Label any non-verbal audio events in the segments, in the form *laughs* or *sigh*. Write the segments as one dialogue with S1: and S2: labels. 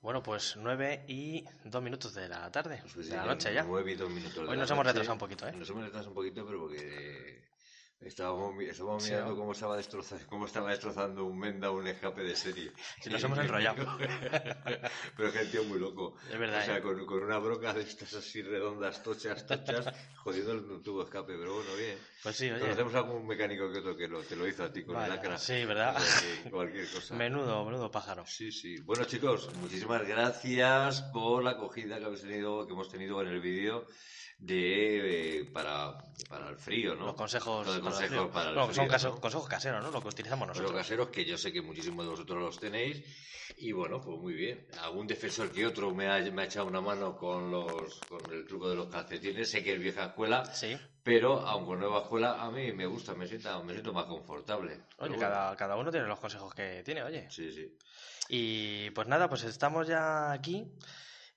S1: Bueno, pues 9 y 2 minutos de la tarde,
S2: Pues
S1: de
S2: sí,
S1: la noche ya.
S2: 9 y 2 minutos. de
S1: Hoy
S2: la
S1: nos hemos
S2: noche.
S1: retrasado un poquito, ¿eh?
S2: Nos hemos retrasado un poquito, pero porque estábamos, mi- estábamos
S1: Sí,
S2: mirando
S1: ¿no?
S2: cómo, estaba destrozando, cómo estaba destrozando un Menda un escape de serie.
S1: Sí, nos
S2: *laughs*
S1: hemos enrollado.
S2: pero es que el tío es muy loco.
S1: Es verdad,
S2: O sea,
S1: ¿eh?
S2: con, con una broca de estas así redondas,
S1: *laughs*
S2: tochas, tochas, jodiendo el tubo de escape. Pero bueno, bien.
S1: Pues sí, oye.
S2: Conocemos a algún mecánico que otro que lo, te lo hizo a ti con
S1: Vaya,
S2: el lacra.
S1: sí, ¿verdad?
S2: O sea, que Cualquier
S1: *laughs*
S2: cosa.
S1: Menudo, menudo pájaro.
S2: Sí, sí. Bueno, chicos, muchísimas gracias por la acogida que habéis tenido, que hemos tenido en el vídeo de eh, para, para el frío, ¿no?
S1: Los consejos,
S2: Los
S1: para el
S2: consejos
S1: frío.
S2: para el
S1: Bueno,
S2: frío,
S1: son caso-
S2: ¿no?
S1: consejos caseros, ¿no? Lo que utilizamos
S2: Los
S1: nosotros.
S2: caseros que yo sé que muchísimos de vosotros los tenéis y bueno, pues muy bien. Algún defensor que otro me ha, me ha echado una mano con los con el truco de los calcetines, sé que es vieja escuela,
S1: Sí.
S2: pero aunque con nueva escuela a mí me gusta, me sienta me siento más confortable. Pero
S1: Oye,
S2: bueno,
S1: cada, cada uno tiene los consejos que tiene, oye.
S2: Sí, sí.
S1: Y pues nada, pues estamos ya aquí.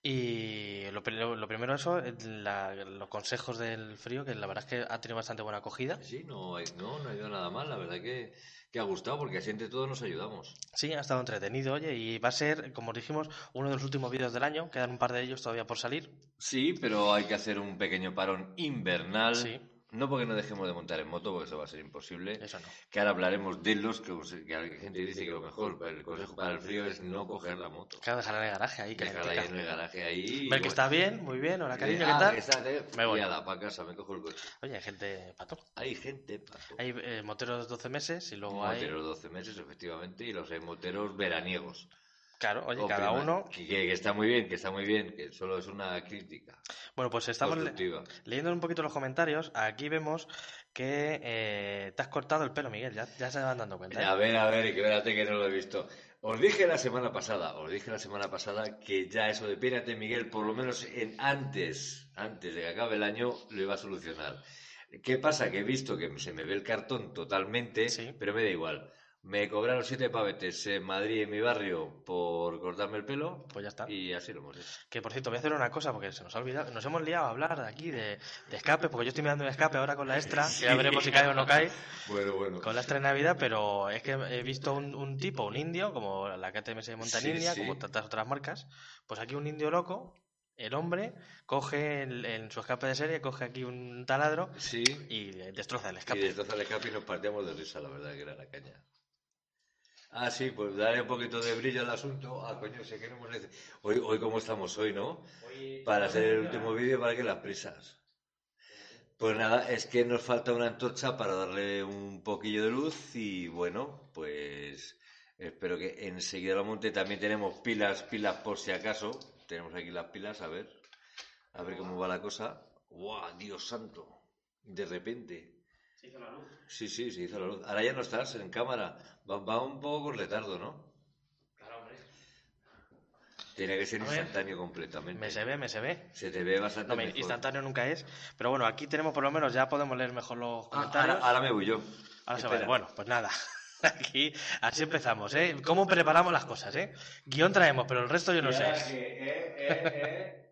S1: Y lo, pri- lo primero eso, eh, la- los consejos del frío, que la verdad es que ha tenido bastante buena acogida.
S2: Sí, no, hay- no, no ha ido nada mal, la verdad que, que ha gustado, porque así entre todos nos ayudamos.
S1: Sí, ha estado entretenido, oye, y va a ser, como dijimos, uno de los últimos vídeos del año. Quedan un par de ellos todavía por salir.
S2: Sí, pero hay que hacer un pequeño parón invernal.
S1: Sí.
S2: No porque no dejemos de montar en moto, porque eso va a ser imposible.
S1: Eso no.
S2: Que ahora hablaremos de los que, que la gente dice que lo mejor, el consejo para el frío es no coger la moto.
S1: Claro, dejarla en el garaje ahí, que la
S2: Dejarla ahí en el garaje ahí. Eh,
S1: Ver que está bien, muy bien, hola cariño,
S2: ah,
S1: ¿qué tal? Me voy.
S2: para casa, me cojo el coche.
S1: Oye, hay gente pato.
S2: Hay gente, pato.
S1: Hay eh, moteros 12 meses y luego hay.
S2: moteros 12 meses, efectivamente, y los hay moteros veraniegos.
S1: Claro, oye,
S2: O
S1: cada
S2: prima-
S1: uno.
S2: Que, que- que está muy bien, que está muy bien, que solo es una crítica
S1: Bueno, pues estamos le-
S2: constructiva.
S1: leyendo un poquito los comentarios. Aquí vemos que eh, te has cortado el pelo, Miguel. Ya, ya se van dando cuenta. ¿eh?
S2: A ver, a ver, que espérate que no lo he visto. Os dije la semana pasada, os dije la semana pasada que ya eso de Pírate Miguel, por lo menos en antes, antes de que acabe el año, lo iba a solucionar. ¿Qué pasa? Que he visto que se me ve el cartón totalmente,
S1: Sí.
S2: pero me da igual. Me cobraron siete pavetes en Madrid, en mi barrio, por cortarme el pelo
S1: Pues ya está.
S2: y así lo hemos hecho.
S1: Que por cierto, voy a hacer una cosa porque se nos ha olvidado. Nos hemos liado a hablar aquí de, de escape, porque yo estoy mirando el escape ahora con la extra. que Ya
S2: *laughs* Sí.
S1: veremos si cae o no cae.
S2: Bueno, bueno.
S1: Con la extra de Navidad, pero es que he visto un, un tipo, un indio, como la KTM se monta en
S2: Sí,
S1: India,
S2: sí.
S1: como tantas otras marcas. Pues aquí un indio loco, el hombre, coge el- en su escape de serie, coge aquí un taladro
S2: Sí.
S1: y le destroza el
S2: Y
S1: escape.
S2: destroza el escape y nos partíamos de risa, la verdad que era la caña. Ah, sí, pues darle un poquito de brillo al asunto. Ah, coño, si queremos... decir- Hoy, hoy cómo estamos hoy, ¿no? Para hacer el último vídeo, para que las prisas. Pues nada, es que nos falta una antorcha para darle un poquillo de luz y bueno, pues espero que enseguida lo monte. También tenemos pilas, pilas por si acaso. Tenemos aquí las pilas, a ver. A ver cómo va la cosa. ¡Guau, Dios santo! De repente. Sí, sí, se hizo la luz. Ahora ya no estás en cámara. Va, va un poco con retardo, ¿no? Tiene que ser
S1: A ver.
S2: instantáneo completamente.
S1: Me se ve, me se ve.
S2: Se te ve bastante
S1: No, me-
S2: mejor.
S1: instantáneo nunca es. Pero bueno, aquí tenemos por lo menos, ya podemos leer mejor los
S2: Ah,
S1: comentarios.
S2: ahora, ahora me voy yo.
S1: Ahora se
S2: Espera.
S1: va. Bueno, pues nada. *laughs* Aquí, así empezamos, ¿eh? ¿Cómo preparamos las cosas, eh? Guión traemos, pero el resto yo no sé.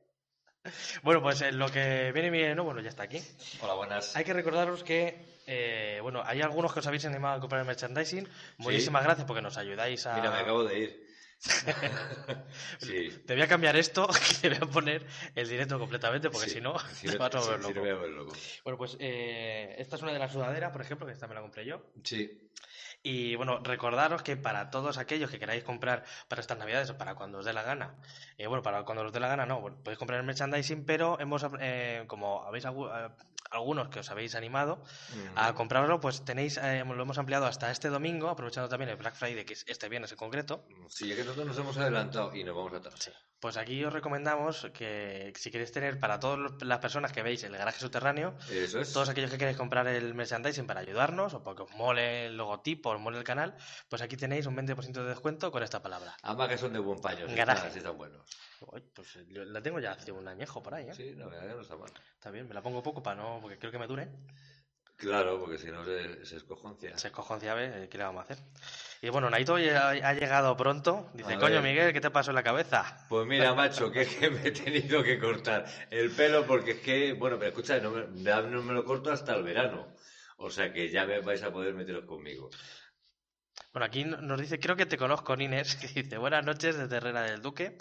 S1: Bueno, pues en lo que viene, viene, no, bueno, ya está aquí.
S2: Hola, buenas.
S1: Hay que recordaros que, eh, bueno, hay algunos que os habéis animado a comprar el merchandising. Muchísimas gracias porque nos ayudáis a...
S2: Mira, me acabo
S1: *laughs*
S2: de ir. sí.
S1: Te voy a cambiar esto *laughs* y te voy a poner el directo completamente porque
S2: Sí.
S1: si no,
S2: Si
S1: te *laughs* vas a
S2: sí,
S1: volver
S2: si
S1: loco.
S2: no me voy a volver loco.
S1: Bueno, pues eh, esta es una de las sudaderas, por ejemplo, que esta me la compré yo.
S2: Sí.
S1: Y bueno, recordaros que para todos aquellos que queráis comprar para estas navidades o para cuando os dé la gana, eh, bueno, para cuando os dé la gana no, bueno, podéis comprar el merchandising, pero hemos, eh, como habéis agu- eh, algunos que os habéis animado a
S2: Mm,
S1: comprarlo, pues tenéis, eh, lo hemos ampliado hasta este domingo, aprovechando también el Black Friday, que es este viernes en concreto.
S2: Sí, es que nosotros nos hemos adelantado y nos vamos a atrás.
S1: Pues aquí os recomendamos que si queréis tener para todas las personas que veis el garaje subterráneo,
S2: Eso es.
S1: todos aquellos que queréis comprar el merchandising para ayudarnos o porque os mole el logotipo, os mole el canal, pues aquí tenéis un 20% de descuento con esta palabra.
S2: Ambas que son de buen paño. sí,
S1: Garaje.
S2: están- sí, están buenos.
S1: Uy, pues eh, yo la tengo ya hace un añejo por ahí, ¿eh?
S2: Sí, la verdad que no está mal.
S1: Está bien, me la pongo poco para no, porque creo que me dure.
S2: Claro, porque si no se, se escojoncia.
S1: Se escojonciabe, eh, ¿qué le vamos a hacer? Y bueno, Naito ya ha llegado pronto. Dice,
S2: A
S1: coño,
S2: ver.
S1: Miguel, ¿qué te pasó en la cabeza?
S2: Pues mira, macho, que, es que me he tenido que cortar el pelo porque es que, bueno, pero escucha, no me, ya no me lo corto hasta el verano. O sea que ya me vais a poder meteros conmigo.
S1: Bueno, aquí no- nos dice, creo que te conozco, Inés, *laughs* que dice, buenas noches desde Herrera del Duque.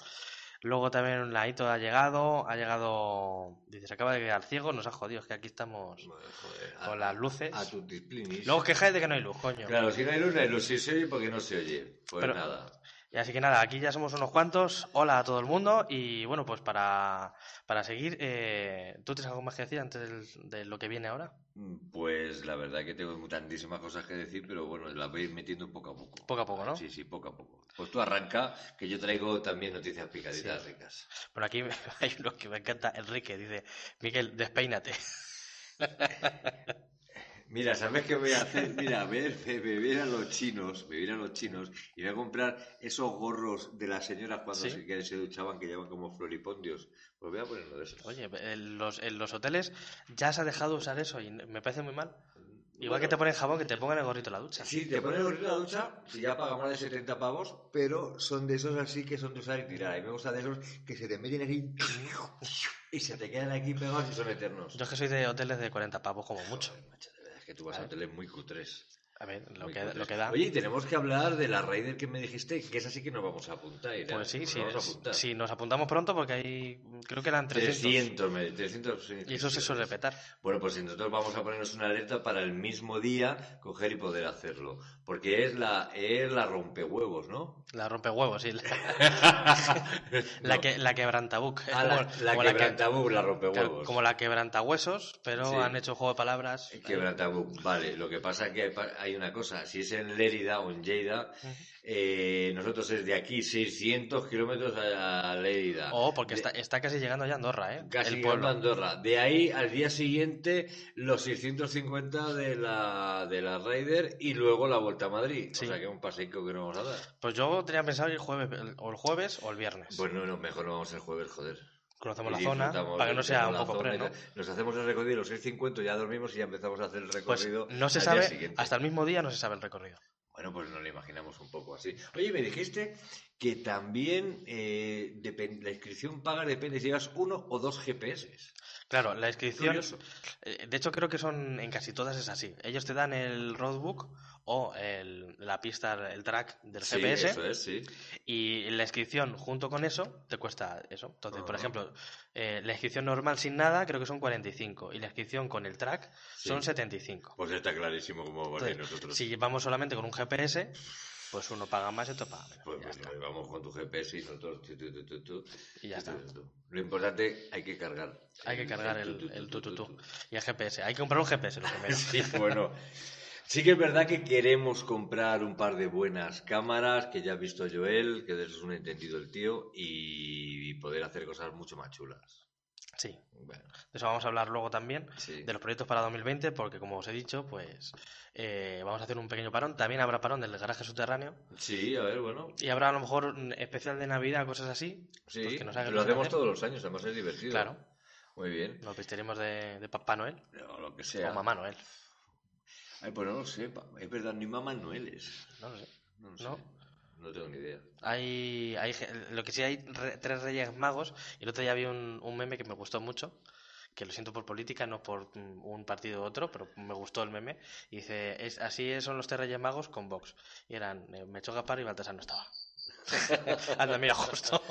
S1: Luego también Laito ha llegado, ha llegado, dice, se acaba de quedar ciego, nos ha jodido, es que aquí estamos
S2: Bueno, joder, a-
S1: con las luces.
S2: A tu disciplina.
S1: Luego os quejáis de que no hay luz, coño.
S2: Claro, si no hay luna, y luz si se oye, porque no se oye? Pues
S1: Pero-
S2: nada.
S1: Y así que nada, aquí ya somos unos cuantos. Hola a todo el mundo. Y bueno, pues para, para seguir, eh, ¿tú tienes algo más que decir antes del- de lo que viene ahora?
S2: Pues la verdad que tengo tantísimas cosas que decir, pero bueno, las voy a ir metiendo poco a poco.
S1: Poco a poco, ¿no?
S2: Sí, sí, poco a poco. Pues tú arranca, que yo traigo también noticias picaditas
S1: Sí.
S2: ricas.
S1: Bueno, aquí *laughs* hay uno que me encanta, Enrique, dice, Miguel, despeínate.
S2: Mira, ¿sabes qué voy a hacer? Mira, a ver, me, me voy a ir a los chinos, me voy a ir a los chinos y voy a comprar esos gorros de las señoras cuando
S1: Sí.
S2: se, que se duchaban, que llevan como floripondios. Pues voy a poner uno de esos.
S1: Oye, en los, en los hoteles ya se ha dejado de usar eso y me parece muy mal. Igual
S2: Bueno,
S1: que te ponen jabón, que te pongan el gorrito en la ducha.
S2: Sí, te pones el gorrito en la ducha y ya paga más de 70 pavos, pero son de esos así que son de usar y tirar. A mí me gusta de esos que se te meten aquí y se te quedan aquí pegados y son eternos.
S1: Yo es que soy de hoteles de 40 pavos como mucho.
S2: Joder, macho, de verdad, es que tú vas a
S1: Claro.
S2: hoteles muy cutres.
S1: A ver, lo
S2: Muy
S1: que,
S2: cutres.
S1: lo que da.
S2: Oye, y tenemos que hablar de la Raider que me dijiste, que es así que nos vamos a apuntar. Irán.
S1: Pues sí,
S2: Nos
S1: sí,
S2: vamos a
S1: es-
S2: apuntar.
S1: sí, nos apuntamos pronto porque hay, creo que eran 300.
S2: 300, me-
S1: Y
S2: 300
S1: eso se
S2: inscripciones.
S1: suele petar.
S2: Bueno, pues nosotros vamos a ponernos una alerta para el mismo día coger y poder hacerlo. Porque es la, es la rompehuevos, ¿no?
S1: La rompehuevos,
S2: *laughs*
S1: sí. La, la
S2: No.
S1: que, *laughs* la quebrantabuc. Es
S2: Ah, la, la
S1: como la que-
S2: quebrantabú, la
S1: ca-
S2: rompehuevos.
S1: como la quebrantahuesos, pero
S2: Sí.
S1: han hecho juego de palabras.
S2: El Quebrantabú, vale. Lo que pasa es que hay pa- hay una cosa. Si es en Lérida o en Lleida, eh, nosotros es de aquí 600 kilómetros a a Lérida.
S1: Oh, porque
S2: De-
S1: está, está casi llegando ya a Andorra, ¿eh?
S2: Casi
S1: el
S2: llegando
S1: pueblo.
S2: a Andorra. De ahí al día siguiente los 650 de la, de la Raider y luego la Vuelta a Madrid.
S1: Sí.
S2: O sea que es un paseico que no vamos a dar.
S1: Pues yo tenía pensado ir jueves, el- o el jueves o el viernes.
S2: Bueno, no, mejor no vamos el jueves, joder.
S1: Conocemos
S2: Y
S1: la zona
S2: disfrutamos,
S1: para que no sea un
S2: disfrutamos
S1: poco
S2: la
S1: pre,
S2: zona y
S1: ¿no?
S2: tal. Nos hacemos el recorrido, los 650 ya dormimos y ya empezamos a hacer el
S1: Pues
S2: recorrido.
S1: no se
S2: al
S1: sabe,
S2: día siguiente.
S1: hasta el mismo día no se sabe el recorrido.
S2: Bueno, pues nos lo imaginamos un poco así. Oye, me dijiste que también eh, depen- la inscripción paga depende si llevas uno o dos GPS.
S1: Claro, la inscripción,
S2: Curioso.
S1: eh, de hecho creo que son en casi todas es así. Ellos te dan el roadbook o el- la pista, el track del
S2: Sí,
S1: GPS.
S2: eso es, sí.
S1: Y la inscripción junto con eso te cuesta eso. Entonces, por
S2: Ajá.
S1: ejemplo, eh, la inscripción normal sin nada creo que son 45 y la inscripción con el track
S2: Sí.
S1: son 75.
S2: Pues está clarísimo cómo vamos a ir
S1: Entonces,
S2: nosotros.
S1: Si vamos solamente con un GPS, pues uno paga más y otro paga menos.
S2: Pues
S1: ya
S2: bueno,
S1: está.
S2: ahí vamos con tu GPS y nosotros. tu, tu, tu, tu, tu,
S1: Y ya
S2: tu,
S1: está.
S2: tu, tu. Lo importante, hay que cargar.
S1: Hay que cargar el-
S2: eh, tu, tu,
S1: el
S2: tu,
S1: tu,
S2: tu,
S1: tu, Y el GPS, hay que comprar un GPS, lo primero.
S2: Sí, bueno. Sí que es verdad que queremos comprar un par de buenas cámaras, que ya ha visto Joel, que de eso es un entendido el tío, y poder hacer cosas mucho más chulas.
S1: Sí, de
S2: Bueno,
S1: eso vamos a hablar luego también.
S2: sí.
S1: de los proyectos para 2020, porque como os he dicho, pues eh, vamos a hacer un pequeño parón. También habrá parón del garaje subterráneo
S2: Sí, a ver, bueno.
S1: y habrá a lo mejor mm, especial de Navidad, cosas así.
S2: Sí,
S1: Pues que nos hagan
S2: lo hacemos
S1: hacer.
S2: todos los años, además es divertido.
S1: Claro,
S2: Muy bien.
S1: nos vestiremos de, de Papá Noel
S2: O lo que sea.
S1: o Mamá Noel,
S2: Ay, pues no lo sé, pa- es verdad, ni mamá Noel es.
S1: no lo sé.
S2: No lo sé.
S1: No.
S2: No tengo ni idea.
S1: Hay, hay, ge- lo que sí hay re- tres reyes magos y el otro día vi un, un meme que me gustó mucho que lo siento por política, no por mm, un partido u otro, pero me gustó el meme. Y dice, es, así son los tres reyes magos con Vox. Y eran eh, Melchor Gaspar y Baltasar no estaba. Anda, mira, justo.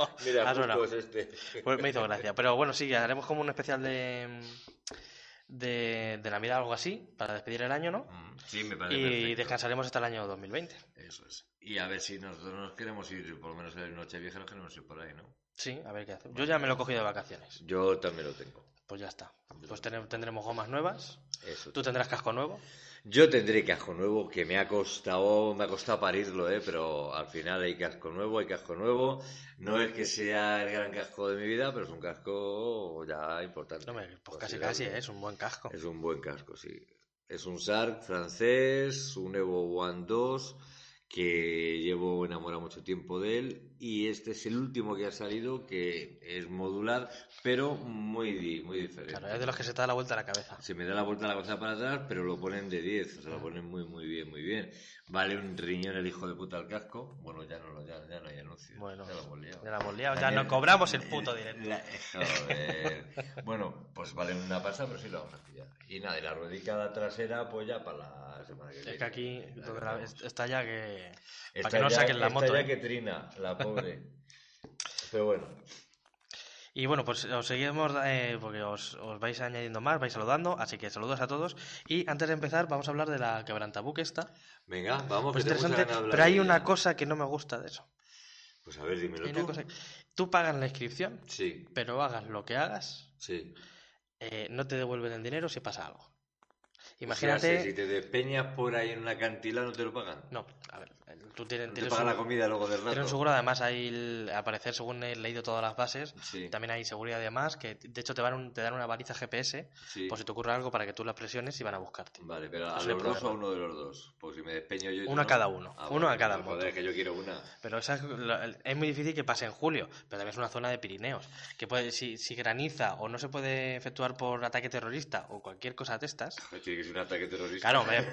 S1: ha sonado.
S2: este.
S1: Pues me hizo gracia. Pero bueno, sí, haremos como un especial de, de, de Navidad o algo así, para despedir el año, ¿no?
S2: Mm, Sí, me parece
S1: Y
S2: perfecto.
S1: descansaremos hasta el año 2020.
S2: Eso es. Y a ver si nosotros nos queremos ir, por lo menos en Nochevieja nos queremos ir por ahí, ¿no?
S1: Sí, a ver qué hacemos. Yo ya me lo he cogido de vacaciones.
S2: Yo también lo tengo.
S1: Pues ya está.
S2: Yo
S1: Pues tene- tendremos gomas nuevas.
S2: Eso.
S1: Tú tendrás casco nuevo.
S2: Yo tendré casco nuevo, que me ha costado, me ha costado parirlo, ¿eh? pero al final hay casco nuevo, hay casco nuevo. No es que sea el gran casco de mi vida, pero es un casco ya importante.
S1: No me, pues casi
S2: Considerable.
S1: casi, ¿eh? es un buen casco.
S2: Es un buen casco, sí. Es un Shark francés, un Evo One 2, que llevo enamorado mucho tiempo de él y este es el último que ha salido que es modular, pero muy, di- muy diferente.
S1: Claro, es de los que se te da la vuelta a la cabeza.
S2: Se me da la vuelta la cosa para atrás, pero lo ponen de 10, o sea, lo ponen muy, muy bien, muy bien. Vale un riñón el hijo de puta al casco. Bueno, ya no, lo- ya, ya no hay anuncio.
S1: Bueno,
S2: ya lo hemos liado.
S1: ya la hemos liado, ya
S2: También-
S1: no cobramos el puto directo.
S2: eh, La- joder.
S1: *laughs*
S2: bueno, pues vale una pasta, pero sí la vamos a pillar. Y nada, y la ruedica trasera, pues ya para la semana que viene.
S1: Es que aquí
S2: La
S1: donde la-
S2: acabamos.
S1: está ya que.
S2: Está
S1: para que no
S2: ya-
S1: saquen la
S2: está
S1: moto.
S2: ya
S1: ¿eh?
S2: que trina, la pobre. pero bueno.
S1: Y bueno, pues os seguimos eh, porque os, os vais añadiendo más, vais saludando, así que saludos a todos. Y antes de empezar, vamos a hablar de la quebrantabuque esta.
S2: Venga, vamos,
S1: Pues
S2: Oh, que tengo muchas
S1: interesante,
S2: ganas de hablar
S1: pero hay
S2: de
S1: una
S2: ella.
S1: cosa que no me gusta de eso.
S2: Pues a ver, dímelo
S1: Hay una
S2: tú.
S1: cosa que- Tú pagas la inscripción,
S2: Sí,
S1: pero hagas lo que hagas,
S2: sí.
S1: eh, no te devuelven el dinero si pasa algo.
S2: O sea,
S1: Imagínate.
S2: si- si te despeñas por ahí en una cantila, no te lo pagan.
S1: No, a ver, tú tienes,
S2: No te
S1: tienes
S2: pagan
S1: un-
S2: la comida luego del
S1: Tiene
S2: rato.
S1: un seguro, además, ahí, el- al parecer, según he leído todas las bases,
S2: Sí,
S1: también hay seguridad y demás, que de hecho te, van un- te dan una baliza GPS
S2: sí. Mm.
S1: por si te ocurre algo para que tú la presiones y van a buscarte.
S2: Vale, pero
S1: Eso
S2: a los
S1: no hay
S2: dos o a
S1: problema.
S2: uno de los dos. Pues si me despeño yo. y tú
S1: Pues Uno a
S2: no.
S1: cada uno.
S2: Ah,
S1: Uno a
S2: vale,
S1: cada
S2: joder,
S1: moto.
S2: que yo quiero una.
S1: Pero esa es, la- es muy difícil que pase en julio, pero también es una zona de Pirineos, que puede, si, si graniza o no se puede efectuar por ataque terrorista o cualquier cosa de estas...
S2: Joder, Tiene que ser un ataque terrorista.
S1: Claro,
S2: *laughs*
S1: hombre,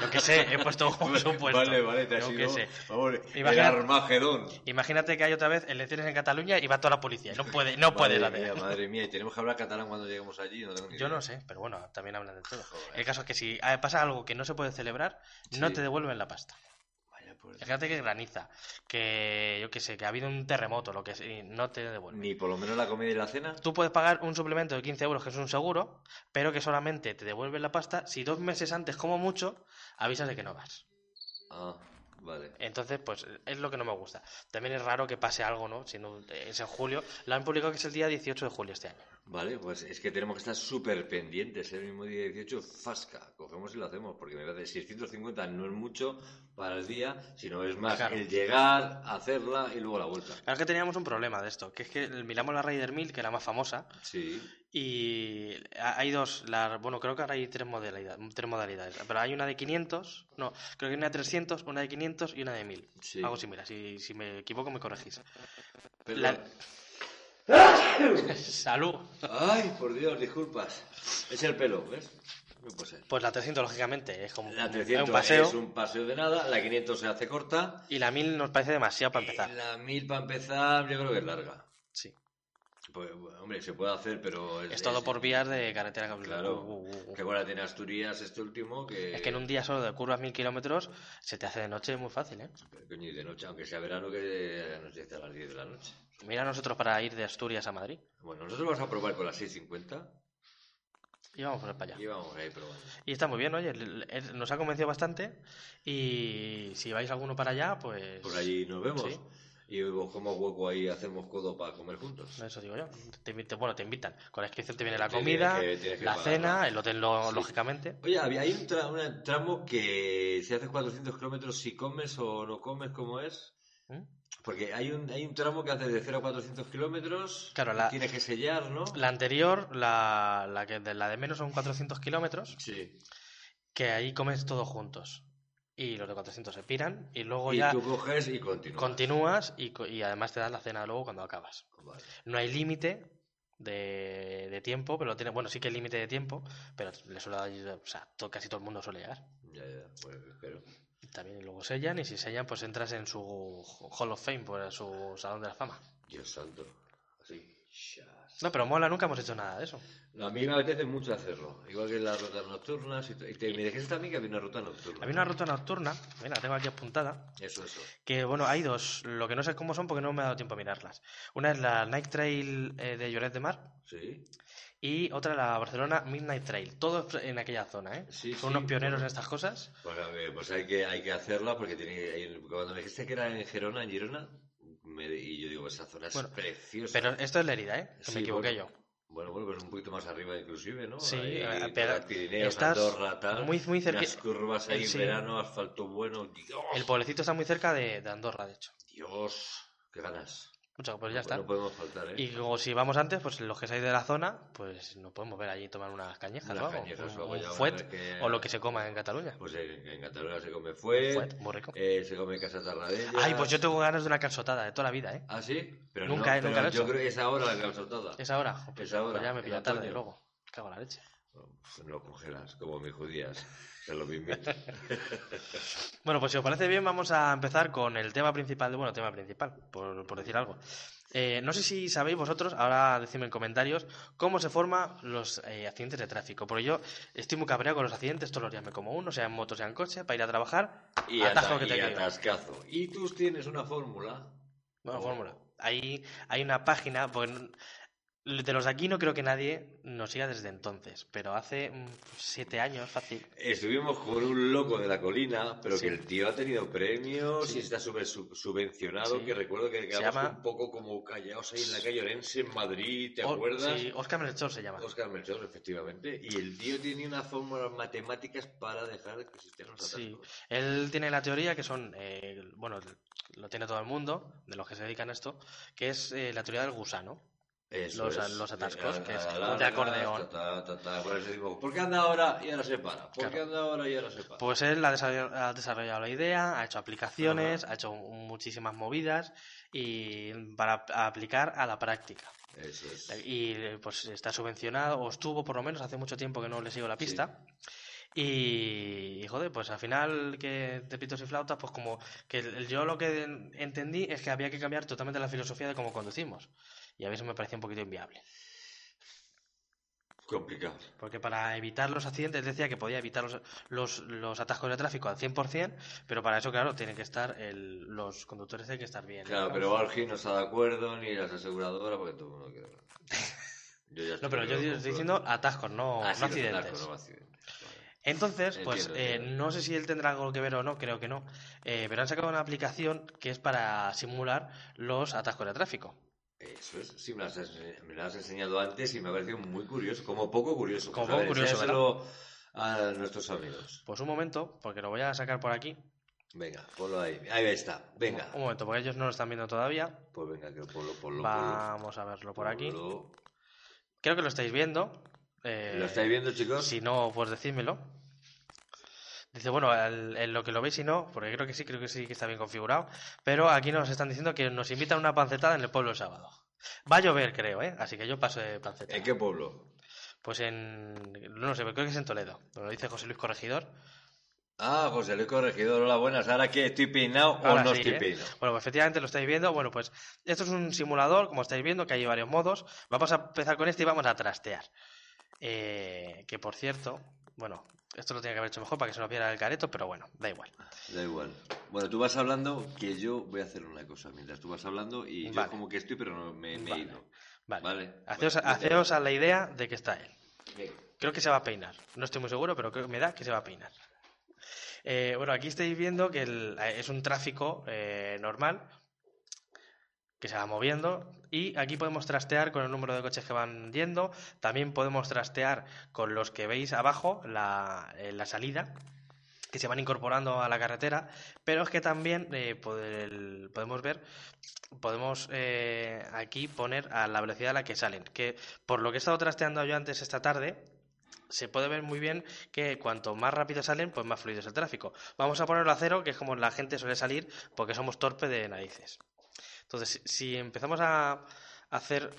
S1: yo que sé, he puesto un supuesto.
S2: Vale, vale, te has
S1: Yo
S2: ido.
S1: qué sé.
S2: Vamos, el
S1: Imagina-
S2: Armagedón.
S1: Imagínate que hay otra vez elecciones en Cataluña y va toda la policía. No puede, no puede
S2: madre
S1: la de-
S2: mía, madre mía, y tenemos que hablar catalán cuando lleguemos allí. No tengo ni
S1: Yo
S2: idea.
S1: no sé, pero bueno, también hablan de todo.
S2: Joder.
S1: El caso es que si ah, pasa algo que no se puede celebrar, no
S2: Sí.
S1: te devuelven la pasta.
S2: Vaya por-
S1: Fíjate que graniza, que yo qué sé, que ha habido un terremoto, lo que sea, y no te devuelven.
S2: Ni por lo menos la comida y la cena.
S1: Tú puedes pagar un suplemento de 15 euros, que es un seguro, pero que solamente te devuelven la pasta si dos meses antes, como mucho, avisas de que no vas.
S2: Ah, vale.
S1: Entonces, pues es lo que no me gusta. También es raro que pase algo, ¿no? Si no es en julio. Lo han publicado que es el día 18 de julio este año.
S2: Vale, pues es que tenemos que estar súper pendientes. El mismo día 18, fasca. Cogemos y lo hacemos, porque me parece 650 no es mucho para el día, sino es más
S1: Claro.
S2: el llegar, hacerla y luego la vuelta.
S1: Claro que teníamos un problema de esto, que es que miramos la Raider 1000, que era más famosa,
S2: Sí,
S1: Y ha- hay dos, la- bueno, creo que ahora hay tres modalidades, tres modalidades, pero hay una de 500, no, creo que hay una de 300, una de 500 y una de 1000.
S2: sí.
S1: Algo similar, si, si me equivoco me corregís. *laughs*
S2: Pero-
S1: la- Salud.
S2: Ay, por Dios, disculpas. Es el pelo, ¿ves? No puede ser.
S1: Pues la 300, lógicamente, es como
S2: La
S1: es
S2: 300
S1: un paseo
S2: es un paseo de nada, la 500 se hace corta,
S1: y la 1000 nos parece demasiado para
S2: y
S1: empezar.
S2: la 1000 para empezar yo creo que es larga.
S1: Sí.
S2: Pues, bueno, hombre, se puede hacer, pero...
S1: Es todo por vías de carretera.
S2: Claro.
S1: Uh, uh, uh.
S2: Que bueno, tiene Asturias este último que...
S1: Es que en un día solo de curvas 1000 kilómetros se te hace de noche muy fácil, ¿eh?
S2: Coño, y de noche, aunque sea verano, que anochece a las 10 de la noche.
S1: Mira nosotros para ir de Asturias a Madrid
S2: Bueno, nosotros vamos a probar con las 6.50
S1: y vamos por para allá.
S2: y vamos a ir probando.
S1: Y está muy bien, oye, el- el- nos ha convencido bastante. Y si vais alguno para allá, pues.
S2: Por allí nos vemos
S1: Sí.
S2: y buscamos hueco ahí, hacemos codo para comer juntos.
S1: Eso digo yo. Te, invit- bueno, te invitan. Con la inscripción te viene la
S2: Tienes
S1: comida,
S2: que- tienes que
S1: la
S2: pagar,
S1: cena,
S2: ¿no?
S1: el hotel, lo-
S2: Sí.
S1: lógicamente.
S2: Oye, había- hay un, tra- un tramo que si haces 400 kilómetros, si comes o no comes, ¿cómo es?
S1: ¿Mm?
S2: Porque hay un, hay un tramo que haces de 0 a 400 kilómetros,
S1: Claro, la-
S2: tienes que sellar, ¿no?
S1: La anterior, la, la, que, de, la de menos son 400 kilómetros,
S2: Sí.
S1: que ahí comes todos juntos. Y los de 400 se piran. Y luego
S2: y
S1: ya
S2: tú coges y continúas.
S1: continúas y, co- y además te dan la cena luego cuando acabas.
S2: Vale.
S1: No hay límite de, de tiempo, pero tiene, bueno, sí que hay límite de tiempo, pero le suele dar- o sea, to- casi todo el mundo suele llegar.
S2: Ya, ya, pues espero.
S1: También y luego sellan y si sellan pues entras en su Hall of Fame, por su Salón de la Fama.
S2: Dios santo. Así. Shas.
S1: No, pero mola, nunca hemos hecho nada de eso.
S2: No, A mí me apetece mucho hacerlo, igual que las rutas nocturnas. Y, to- y te- me dijiste también que había una ruta nocturna.
S1: Había una ruta nocturna, mira, la tengo aquí apuntada,
S2: Eso, eso.
S1: que bueno, hay dos, lo que no sé cómo son porque no me ha dado tiempo a mirarlas. Una es la Night Trail eh, de Lloret de Mar
S2: Sí.
S1: y otra la Barcelona Midnight Trail, todos en aquella zona, ¿eh?
S2: Sí,
S1: Son
S2: sí,
S1: unos pioneros
S2: bueno.
S1: en estas cosas.
S2: Bueno, a ver, pues hay que, hay que hacerla porque tiene, hay- cuando me dijiste que era en Gerona, en Girona, me- y yo digo, esa zona es
S1: Bueno,
S2: preciosa.
S1: Pero esto es Lerida, ¿eh? Que
S2: Sí,
S1: me equivoqué
S2: bueno.
S1: yo.
S2: Bueno, bueno, pero un poquito más arriba inclusive, ¿no?
S1: Sí,
S2: Ahí,
S1: eh,
S2: todas
S1: pero
S2: las Pirineos,
S1: estás
S2: Andorra, tal,
S1: muy- muy cerqui-
S2: Unas curvas ahí,
S1: Sí.
S2: verano, asfalto bueno. ¡oh, Dios,
S1: El pueblecito está muy cerca de, de Andorra, de hecho.
S2: Dios, qué ganas.
S1: Mucho, pues ya está.
S2: No podemos faltar, ¿eh?
S1: Y luego, si vamos antes, pues los que seáis de la zona, pues nos podemos ver allí y tomar unas cañejas
S2: Unas
S1: o algo.
S2: cañejas o
S1: un,
S2: algo,
S1: un
S2: ya van a
S1: fuet
S2: ver que-
S1: o lo que se coma en Cataluña.
S2: Pues en, en Cataluña se come
S1: Un
S2: fue,
S1: fuet, muy rico.
S2: se come casa tarradella.
S1: Ay, pues yo tengo ganas de una calzotada de toda la vida, ¿eh?
S2: Ah, sí, pero
S1: Nunca, eh,
S2: no,
S1: nunca
S2: pero
S1: lo he
S2: yo
S1: hecho.
S2: creo que es ahora la calzotada.
S1: Es ahora. jo,
S2: Es ahora,
S1: pues ya me
S2: en
S1: pilla tarde
S2: otoño.
S1: luego. Cago en la leche.
S2: Pf, Pues, No congelas, como mis judías. Se lo
S1: *laughs*
S2: invito.
S1: Bueno, pues si os parece bien, vamos a empezar con el tema principal, de- bueno, tema principal, por, por decir algo. Eh, no sé si sabéis vosotros, ahora decidme en comentarios, cómo se forman los eh, accidentes de tráfico. Porque yo estoy muy cabreado con los accidentes, todos los días me como uno, sea en moto, sea en coche, para ir a trabajar.
S2: Y,
S1: Atajo
S2: ata-
S1: que te
S2: y
S1: caiga.
S2: atascazo. Y tú tienes una fórmula.
S1: Bueno,
S2: Oh.
S1: fórmula. Ahí hay una página, pues de los de aquí no creo que nadie nos siga desde entonces, pero hace mm, siete años, fácil.
S2: Estuvimos con un loco de la colina, pero
S1: Sí.
S2: que el tío ha tenido premios
S1: Sí.
S2: y está sub- sub- subvencionado,
S1: Sí.
S2: que recuerdo que quedamos
S1: llama-
S2: un poco como callados ahí en la calle Orense, en Madrid, ¿te
S1: O-
S2: acuerdas?
S1: Sí, Oscar Melchor se llama.
S2: Oscar Melchor, efectivamente. Y el tío tiene unas fórmulas matemáticas para dejar que existieran los
S1: Sí.
S2: atascos.
S1: Él tiene la teoría que son, eh, bueno, lo tiene todo el mundo, de los que se dedican a esto, que es eh, la teoría del gusano.
S2: Eso
S1: Los-
S2: es.
S1: los atascos,
S2: Eh,
S1: que es
S2: a- a-
S1: como de
S2: a-
S1: acordeón.
S2: ta- ta- ta- ta. Por eso digo, ¿por qué anda ahora y ahora se para?
S1: Claro.
S2: ¿Por qué anda ahora y ahora se para?
S1: Pues él ha desarrollado, ha desarrollado la idea, ha hecho aplicaciones, ha hecho muchísimas movidas y para ap- aplicar a la práctica.
S2: Eso es.
S1: Y eh, pues está subvencionado, o estuvo por lo menos hace mucho tiempo que no le sigo la pista. Y, y, joder, pues al final que de pitos y flautas, pues como que el- el- yo lo que entendí es que había que cambiar totalmente la filosofía de cómo conducimos. Y a mí eso me parecía un poquito inviable.
S2: Complicado.
S1: Porque para evitar los accidentes decía que podía evitar los, los, los atascos de tráfico al 100%, pero para eso, claro, tienen que estar el- los conductores tienen que estar bien.
S2: Claro,
S1: ¿no?
S2: pero Orgi no está de acuerdo, ni las aseguradoras, porque todo el mundo quiere hablar. Yo ya
S1: No, pero yo
S2: estoy
S1: estoy diciendo atascos, no,
S2: Ah, sí,
S1: no
S2: los atascos,
S1: accidentes.
S2: no accidentes. Vale.
S1: Entonces, pues
S2: Entiendo,
S1: eh,
S2: entiendo.
S1: no sé si él tendrá algo que ver o no, creo que no, eh, pero han sacado una aplicación que es para simular los atascos de tráfico.
S2: Eso es, sí, me las, has, ense- me las has enseñado antes y me ha parecido muy curioso, como poco curioso.
S1: Como
S2: Pues, a
S1: poco curioso,
S2: enséñaselo a nuestros amigos.
S1: Pues un momento, porque lo voy a sacar por aquí.
S2: Venga, ponlo ahí. Ahí está, venga.
S1: Un momento, porque ellos no lo están viendo todavía.
S2: Pues venga, que ponlo, ponlo, ponlo.
S1: Vamos a verlo por aquí.
S2: Ponlo.
S1: Creo que lo estáis viendo. eh,
S2: ¿Lo estáis viendo, chicos?
S1: Si no, pues decídmelo. Dice, bueno, al- en lo que lo veis y no, porque creo que sí, creo que sí que está bien configurado. Pero aquí nos están diciendo que nos invitan a una pancetada en el pueblo el sábado. Va a llover, creo, ¿eh? Así que yo paso de pancetada.
S2: ¿En qué pueblo?
S1: Pues en. No sé, pero creo que es en Toledo. Nos Lo dice José Luis Corregidor.
S2: Ah, José Luis Corregidor, hola, buenas. ¿Ahora qué? ¿Estoy peinado
S1: Ahora
S2: o no
S1: sí,
S2: estoy
S1: ¿eh?
S2: peinado?
S1: Bueno, pues efectivamente lo estáis viendo. Bueno, pues esto es un simulador, como estáis viendo, que hay varios modos. Vamos a empezar con este y vamos a trastear. Eh, que por cierto, bueno, esto lo tenía que haber hecho mejor para que se nos viera el careto, pero bueno, da igual.
S2: Da igual. Bueno, tú vas hablando que yo voy a hacer una cosa mientras tú vas hablando y yo
S1: Vale.
S2: como que estoy, pero no me, me he
S1: Vale.
S2: ido.
S1: Vale.
S2: Vale.
S1: Haceos,
S2: Vale, vete.
S1: haceos a la idea de que está él.
S2: Venga.
S1: Creo que se va a peinar. No estoy muy seguro, pero creo que me da que se va a peinar. Eh, bueno, aquí estáis viendo que el- es un tráfico eh, normal que se va moviendo y aquí podemos trastear con el número de coches que van yendo. También podemos trastear con los que veis abajo la, eh, la salida que se van incorporando a la carretera, pero es que también eh, pod- el- podemos ver, podemos eh, aquí poner a la velocidad a la que salen, que por lo que he estado trasteando yo antes esta tarde, se puede ver muy bien que cuanto más rápido salen, pues más fluido es el tráfico. Vamos a ponerlo a cero, que es como la gente suele salir, porque somos torpe de narices. Entonces, si empezamos a hacer,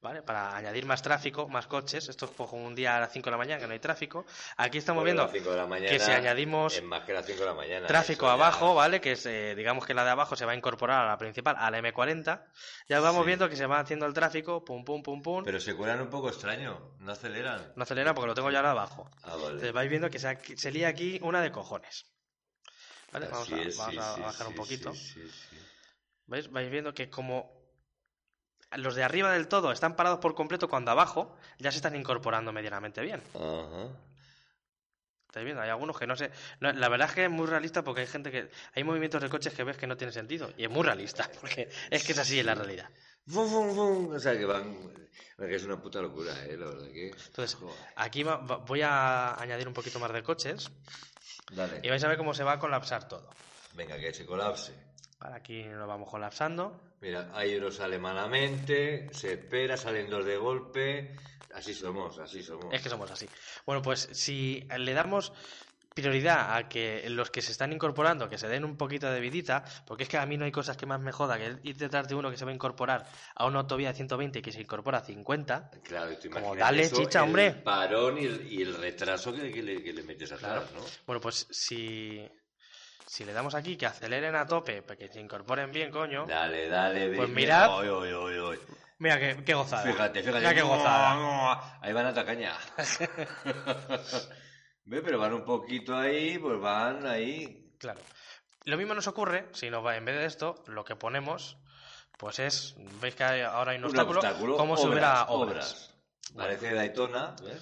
S1: ¿vale? Para añadir más tráfico, más coches, esto es como un día a las 5 de la mañana, que no hay tráfico, aquí estamos
S2: Bueno,
S1: viendo
S2: a las cinco de la mañana,
S1: que si añadimos
S2: Es más que a las 5 de la mañana.
S1: Tráfico
S2: eso ya-
S1: abajo, ¿vale? Que es, eh, digamos que la de abajo se va a incorporar a la principal, a la M40. Ya vamos
S2: Sí.
S1: viendo que se va haciendo el tráfico, pum, pum, pum, pum.
S2: Pero se cuelan un poco extraño, no aceleran.
S1: No acelera porque lo tengo ya ahora abajo.
S2: Ah, vale.
S1: Entonces vais viendo que se, ha- se lía aquí una de cojones. ¿Vale? Vamos
S2: Así
S1: a,
S2: es,
S1: vamos
S2: sí,
S1: a
S2: sí,
S1: bajar un
S2: sí,
S1: poquito.
S2: sí, sí, sí.
S1: ¿Veis? Vais viendo que como los de arriba del todo están parados por completo cuando abajo ya se están incorporando medianamente bien.
S2: Ajá.
S1: Estáis viendo, hay algunos que no sé. no, la verdad es que es muy realista porque hay gente que. Hay movimientos de coches que ves que no tiene sentido. Y es muy realista *laughs* porque es que es así en la realidad.
S2: Vum, vum, vum. O sea, que van. que es una puta locura, ¿eh? La verdad que.
S1: Entonces,
S2: Joder.
S1: Aquí va- va- voy a añadir un poquito más de coches
S2: Dale.
S1: eh, y vais a ver cómo se va a colapsar todo.
S2: Venga, que se colapse.
S1: Para aquí nos vamos colapsando.
S2: Mira, hay euros sale malamente, se espera, salen dos de golpe. Así somos, así somos.
S1: Es que somos así. Bueno, pues si le damos prioridad a que los que se están incorporando que se den un poquito de vidita, porque es que a mí no hay cosas que más me joda que ir detrás de uno que se va a incorporar a una autovía de 120 y que se incorpora a 50.
S2: Claro, tú
S1: Como,
S2: imaginas
S1: dale,
S2: eso,
S1: chicha,
S2: el
S1: hombre.
S2: parón y el, y el retraso que, que le, que le metes atrás, ¿no?
S1: Bueno, pues si, si le damos aquí que aceleren a tope, para que se incorporen bien, coño.
S2: Dale, dale,
S1: Pues
S2: ve-
S1: mirad.
S2: Oy, oy, oy, oy.
S1: Mira qué, qué gozada.
S2: Fíjate, fíjate.
S1: Mira qué gozada.
S2: Ahí van a tacaña. *laughs* Ve, pero van un poquito ahí, pues van ahí.
S1: Claro. Lo mismo nos ocurre si nos va, en vez de esto, lo que ponemos, pues es, veis que hay- ahora hay un,
S2: Un
S1: obstáculo,
S2: obstáculo.
S1: cómo
S2: obras,
S1: subir a obras.
S2: obras. Parece Daytona. ¿ves?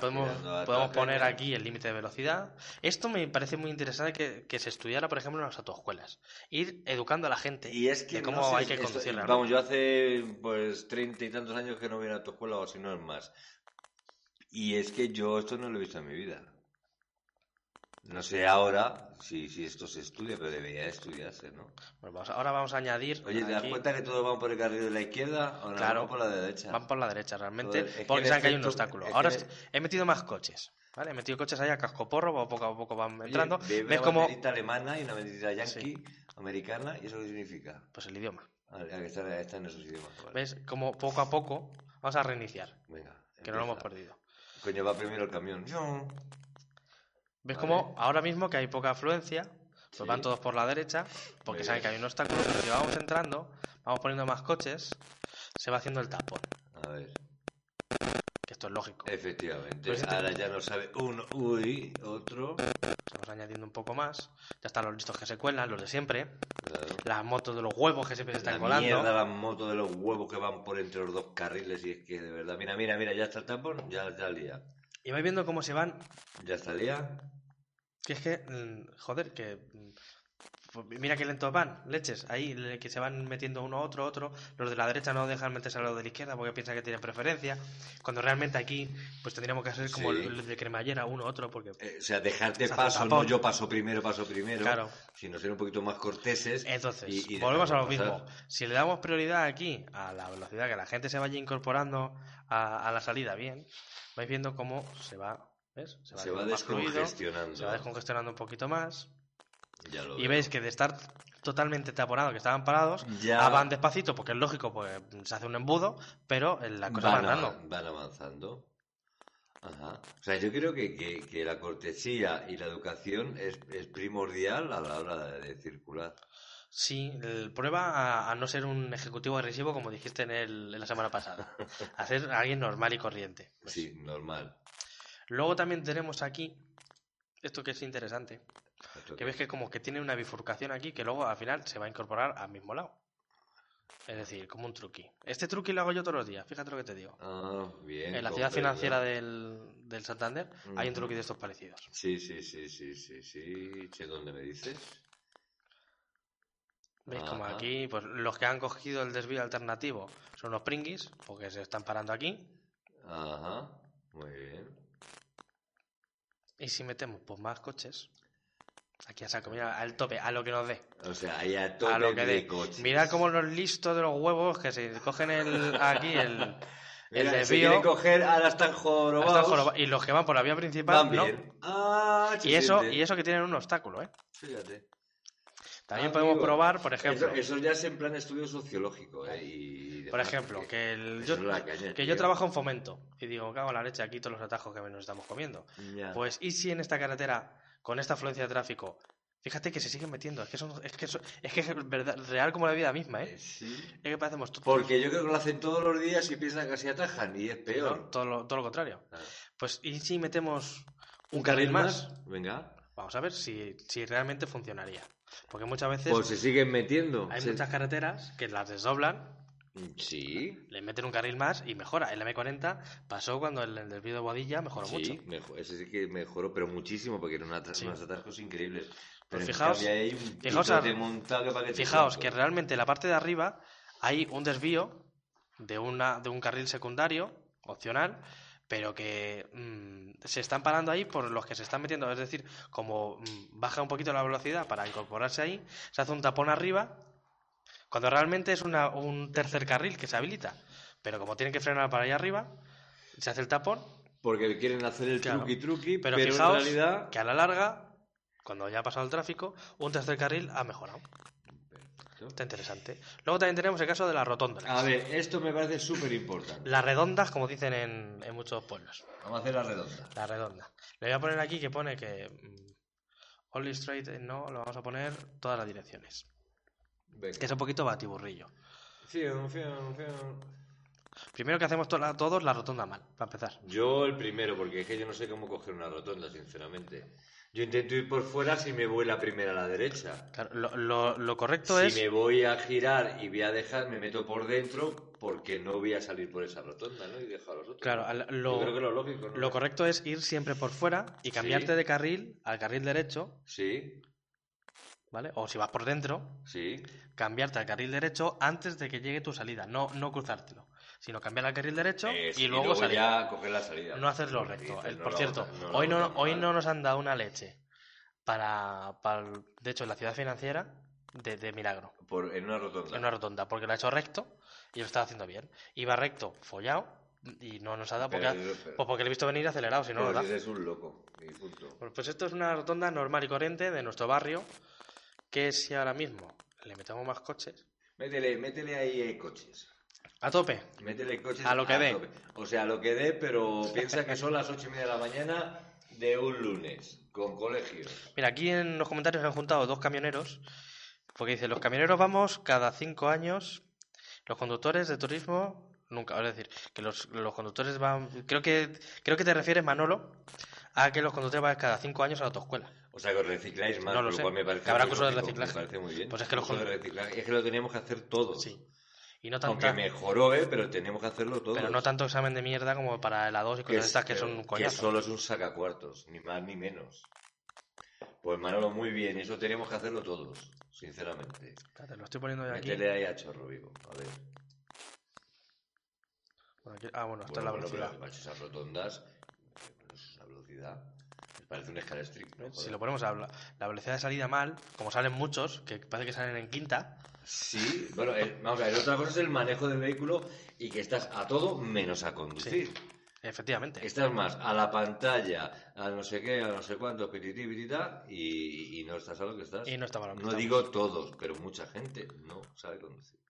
S1: Podemos,
S2: Girando a ¿eh?
S1: podemos
S2: tacaña.
S1: poner aquí el límite de velocidad. Esto me parece muy interesante que, que se estudiara, por ejemplo, en las autoescuelas. Ir educando a la gente
S2: Y es que
S1: de cómo
S2: no sé,
S1: hay que
S2: esto-
S1: conducirla. ¿no?
S2: Vamos, yo hace pues treinta y tantos años que no voy a tu escuela o si no es más. Y es que yo esto no lo he visto en mi vida. No sé ahora si, si esto se estudia, pero debería de estudiarse, ¿no?
S1: Bueno, vamos- ahora vamos a añadir.
S2: Oye, ¿te das
S1: aquí-
S2: cuenta que todos van por el carril de la izquierda? Ahora
S1: Claro.
S2: van por la derecha.
S1: Van por la derecha realmente,
S2: Joder, es que
S1: porque
S2: en
S1: saben que hay un
S2: efecto-
S1: obstáculo.
S2: es que
S1: Ahora
S2: en- este
S1: est- he metido más coches, ¿vale? He metido coches ahí a cascoporro, poco a poco, van
S2: Oye,
S1: entrando.
S2: ve
S1: ¿Ves
S2: una
S1: cómo?
S2: banderita alemana y una banderita yanqui, americana, ¿y eso qué significa?
S1: Pues el idioma.
S2: Ah, que está, está en esos idiomas. vale.
S1: ¿Ves cómo poco a poco vamos a reiniciar,
S2: Venga.
S1: que no lo hemos
S2: empieza.
S1: perdido?
S2: Coño, va primero el camión. Yo.
S1: ¿Ves
S2: Vale.
S1: cómo ahora mismo que hay poca afluencia? Pues
S2: Sí.
S1: van todos por la derecha, porque
S2: Muy
S1: saben que
S2: bien.
S1: hay un obstáculo, pero si vamos entrando, vamos poniendo más coches, se va haciendo el tapón,
S2: A ver.
S1: que esto es lógico.
S2: Eh. Efectivamente,
S1: Pues este-
S2: ahora ya no sabe uno, uy, otro.
S1: Vamos añadiendo un poco más, ya están los listos que se cuelan, los de siempre,
S2: Claro.
S1: las motos de los huevos que siempre se están
S2: la
S1: colando.
S2: mierda, las motos de los huevos que van por entre los dos carriles. Y es que de verdad, mira, mira, mira, ya está el tapón, ya está lía.
S1: Y vais viendo cómo se van.
S2: Ya está lía.
S1: Que es que, mm, joder, que. mm, pues Mira qué lentos van, leches. Ahí, le- que se van metiendo uno, otro, otro. Los de la derecha no dejan meterse a los de la izquierda porque piensan que tienen preferencia. Cuando realmente aquí, pues tendríamos que hacer como
S2: Sí.
S1: el el de cremallera, uno, otro, porque.
S2: Eh, o sea, dejarte
S1: Se hace
S2: paso,
S1: tapón.
S2: no yo paso primero, paso primero.
S1: Claro.
S2: Sino ser un poquito más corteses.
S1: Entonces,
S2: y- y
S1: volvemos a lo
S2: dejarlo
S1: mismo.
S2: pasar.
S1: Si le damos prioridad aquí a la velocidad, que la gente se vaya incorporando a, a la salida bien, vais viendo cómo se va. ¿Ves?
S2: Se va
S1: haciendo más fluido,
S2: descongestionando.
S1: se va descongestionando un poquito más.
S2: Ya lo
S1: Y
S2: veo.
S1: veis que de estar totalmente taponados, que estaban parados,
S2: Ya-
S1: ah, van despacito, porque es lógico, pues se hace un embudo, pero eh, la cosa va
S2: van,
S1: andando.
S2: avan- van avanzando. Ajá. O sea, yo creo que, que- que la cortesía y la educación es, es primordial a la hora de, de circular.
S1: Sí, el- prueba a, a no ser un ejecutivo agresivo, como dijiste en, el- en la semana
S2: *laughs*
S1: pasada. Hacer a alguien normal y corriente. Pues
S2: Sí, normal.
S1: Luego también tenemos aquí, esto que es interesante,
S2: Esto
S1: que ves que como que tiene una bifurcación aquí, que luego al final se va a incorporar al mismo lado. Es decir, como un truqui. Este truqui lo hago yo todos los días, fíjate lo que te digo.
S2: Ah, bien.
S1: En la ciudad
S2: comprendo.
S1: financiera del, del Santander hay un
S2: Ujú.
S1: truqui de estos parecidos.
S2: Sí, sí, sí, sí, sí, sí. Che, ¿dónde me dices?
S1: ¿Veis? Como
S2: Ajá.
S1: aquí, pues los que han cogido el desvío alternativo son los pringuis, porque se están parando aquí.
S2: Ajá. Muy bien.
S1: Y si metemos pues más coches, aquí a saco, mira, al tope, a lo que nos dé.
S2: O sea, ahí a tope
S1: A lo que
S2: de
S1: dé.
S2: coches.
S1: Mira como los listos de los huevos que se cogen el, aquí el, el
S2: *laughs* Mira, se
S1: desvío.
S2: quieren coger, ahora están jorobados.
S1: hasta joroba- y los que van por la vía principal,
S2: Van
S1: ¿no?
S2: bien. Ah,
S1: Y eso,
S2: chichente.
S1: y eso que tienen un obstáculo, ¿eh?
S2: Fíjate.
S1: También
S2: Ah, Amigo,
S1: podemos probar, por
S2: Eso,
S1: ejemplo,
S2: eso ya es en plan estudio sociológico, ¿eh? Y
S1: por
S2: demás,
S1: ejemplo,
S2: porque
S1: que el, yo,
S2: eso es la caña,
S1: que yo
S2: tío.
S1: trabajo en fomento y digo, cago en la leche, aquí todos los atajos que nos estamos comiendo.
S2: Ya.
S1: Pues, ¿y si en esta carretera, con esta afluencia de tráfico, fíjate que se siguen metiendo? Es que, son, es, que son- es que es verdad- real como la vida misma, ¿eh?
S2: Eh, sí.
S1: Es que parecemos tontos,
S2: Porque yo creo que lo hacen todos los días y piensan que así atajan, y es
S1: ¿no?
S2: peor.
S1: Todo, lo, todo lo contrario.
S2: Claro.
S1: Pues, ¿y si metemos un carril más?
S2: Venga.
S1: Vamos a ver si, si realmente funcionaría. Porque muchas veces
S2: Pues se siguen metiendo.
S1: hay
S2: Se- Mm,
S1: muchas carreteras que las desdoblan,
S2: Sí.
S1: le meten un carril más y mejora. El M40 pasó cuando el, el desvío de Boadilla mejoró
S2: sí,
S1: mucho.
S2: mejo- ese sí que mejoró, pero muchísimo, porque eran una-
S1: Sí.
S2: unos atascos increíbles.
S1: Pues
S2: Pero en
S1: fijaos-
S2: cambio hay un
S1: fijaos
S2: pitote
S1: a-
S2: montado que pa' que te
S1: Fijaos que
S2: cuento.
S1: realmente en la parte de arriba hay un desvío de, una, de un carril secundario, opcional, pero que mm, se están parando ahí por los que se están metiendo. Es decir, como mm, baja un poquito la velocidad para incorporarse ahí, se hace un tapón arriba, cuando realmente es una, un tercer carril que se habilita. Pero como tienen que frenar para allá arriba, se hace el tapón.
S2: Porque quieren hacer el
S1: Claro.
S2: truqui truqui,
S1: Pero,
S2: pero,
S1: fijaos
S2: en realidad.
S1: que a la larga, cuando ya ha pasado el tráfico, un tercer carril ha mejorado. Está interesante. Luego también tenemos el caso de las rotondas.
S2: A ver, esto me parece súper importante.
S1: Las redondas, como dicen en, en muchos pueblos.
S2: Vamos a hacer la redonda.
S1: La redonda. Le voy a poner aquí que pone que. mm, Only straight eh, no, lo vamos a poner todas las direcciones. Que
S2: Venga.
S1: es un poquito batiburrillo.
S2: Fium, fium, fium.
S1: Primero que hacemos to- la- todos la rotonda mal, para empezar.
S2: Yo el primero, porque es que yo no sé cómo coger una rotonda, sinceramente. Yo intento ir por fuera si me voy la primera a la derecha.
S1: Claro, lo, lo- lo correcto
S2: Si
S1: es.
S2: me voy a girar y voy a dejar, me meto por dentro porque no voy a salir por esa rotonda, ¿no? Y dejo a los otros.
S1: Claro, al-
S2: Yo creo
S1: lo,
S2: que lo lógico, ¿no?
S1: lo correcto es ir siempre por fuera y cambiarte
S2: Sí.
S1: de carril al carril derecho,
S2: Sí,
S1: ¿vale? O si vas por dentro,
S2: sí.
S1: cambiarte al carril derecho antes de que llegue tu salida. No, no cruzártelo, sino cambiar al carril derecho
S2: Es-
S1: y luego salir.
S2: Eh, ya coger la salida.
S1: No hacerlo recto.
S2: Dices,
S1: El-
S2: no
S1: por
S2: la
S1: cierto,
S2: botas, la
S1: hoy, no,
S2: botas
S1: hoy
S2: mal.
S1: no nos han dado una leche para, para el- de hecho, en la ciudad financiera de, de milagro,
S2: Por- en una rotonda.
S1: en una rotonda, porque lo ha hecho recto y lo estaba haciendo bien. Iba recto, follado, y no nos ha dado porque,
S2: Pero- pero-
S1: pues porque le he visto venir acelerado, si no nos
S2: pero
S1: da.
S2: dices, es un loco. y punto.
S1: Pues, pues esto es una rotonda normal y corriente de nuestro barrio, que si ahora mismo le metemos más coches,
S2: Métele, métele ahí eh, coches.
S1: a tope,
S2: Métele coches
S1: A lo que dé.
S2: tope. O sea, a lo que dé, pero piensa que son las ocho y media de la mañana de un lunes, con colegio.
S1: Mira, aquí en los comentarios han juntado dos camioneros, porque dice, los camioneros vamos cada cinco años, los conductores de turismo nunca, es decir, que los, los conductores van, creo que, creo que te refieres, Manolo, a que los conductores van cada cinco años a la autoescuela.
S2: O sea, que os recicláis más,
S1: No lo
S2: por lo
S1: sé.
S2: cual me parece
S1: Habrá
S2: muy
S1: curso de
S2: lógico,
S1: reciclaje.
S2: Me parece muy bien.
S1: Pues es que los
S2: Curso de
S1: con-
S2: reciclaje. Es que lo teníamos que hacer todo.
S1: Sí. Y no
S2: Aunque
S1: tanta,
S2: mejoró, ¿eh? pero tenemos que hacerlo todo.
S1: pero no tanto examen de mierda como para el A2 y cosas de estas que
S2: pero-
S1: son un
S2: que
S1: coñazo.
S2: solo es un sacacuartos, ni más ni menos. Pues Manolo, muy bien, eso tenemos que hacerlo todos, sinceramente.
S1: Espérate, lo estoy poniendo yo aquí.
S2: Métele ahí a chorro vivo, a ver.
S1: Bueno, aquí- Ah, bueno, esta
S2: Bueno,
S1: es la
S2: bueno, pero,
S1: velocidad.
S2: macho, esas rotondas, eh, bueno, eso es una velocidad. Me parece un escalestric, ¿no?
S1: si
S2: Joder.
S1: lo ponemos a la, la velocidad de salida mal, como salen muchos, que parece que salen en quinta,
S2: Sí, bueno, el- vamos a ver, otra cosa es el manejo del vehículo y que estás a todo menos a conducir.
S1: efectivamente.
S2: Estás más a la pantalla, a no sé qué, a no sé cuánto, pitití, pititá, y, y no estás a lo que estás.
S1: Y no estaba lo que
S2: No
S1: estamos.
S2: digo todos, pero mucha gente no sabe conducir.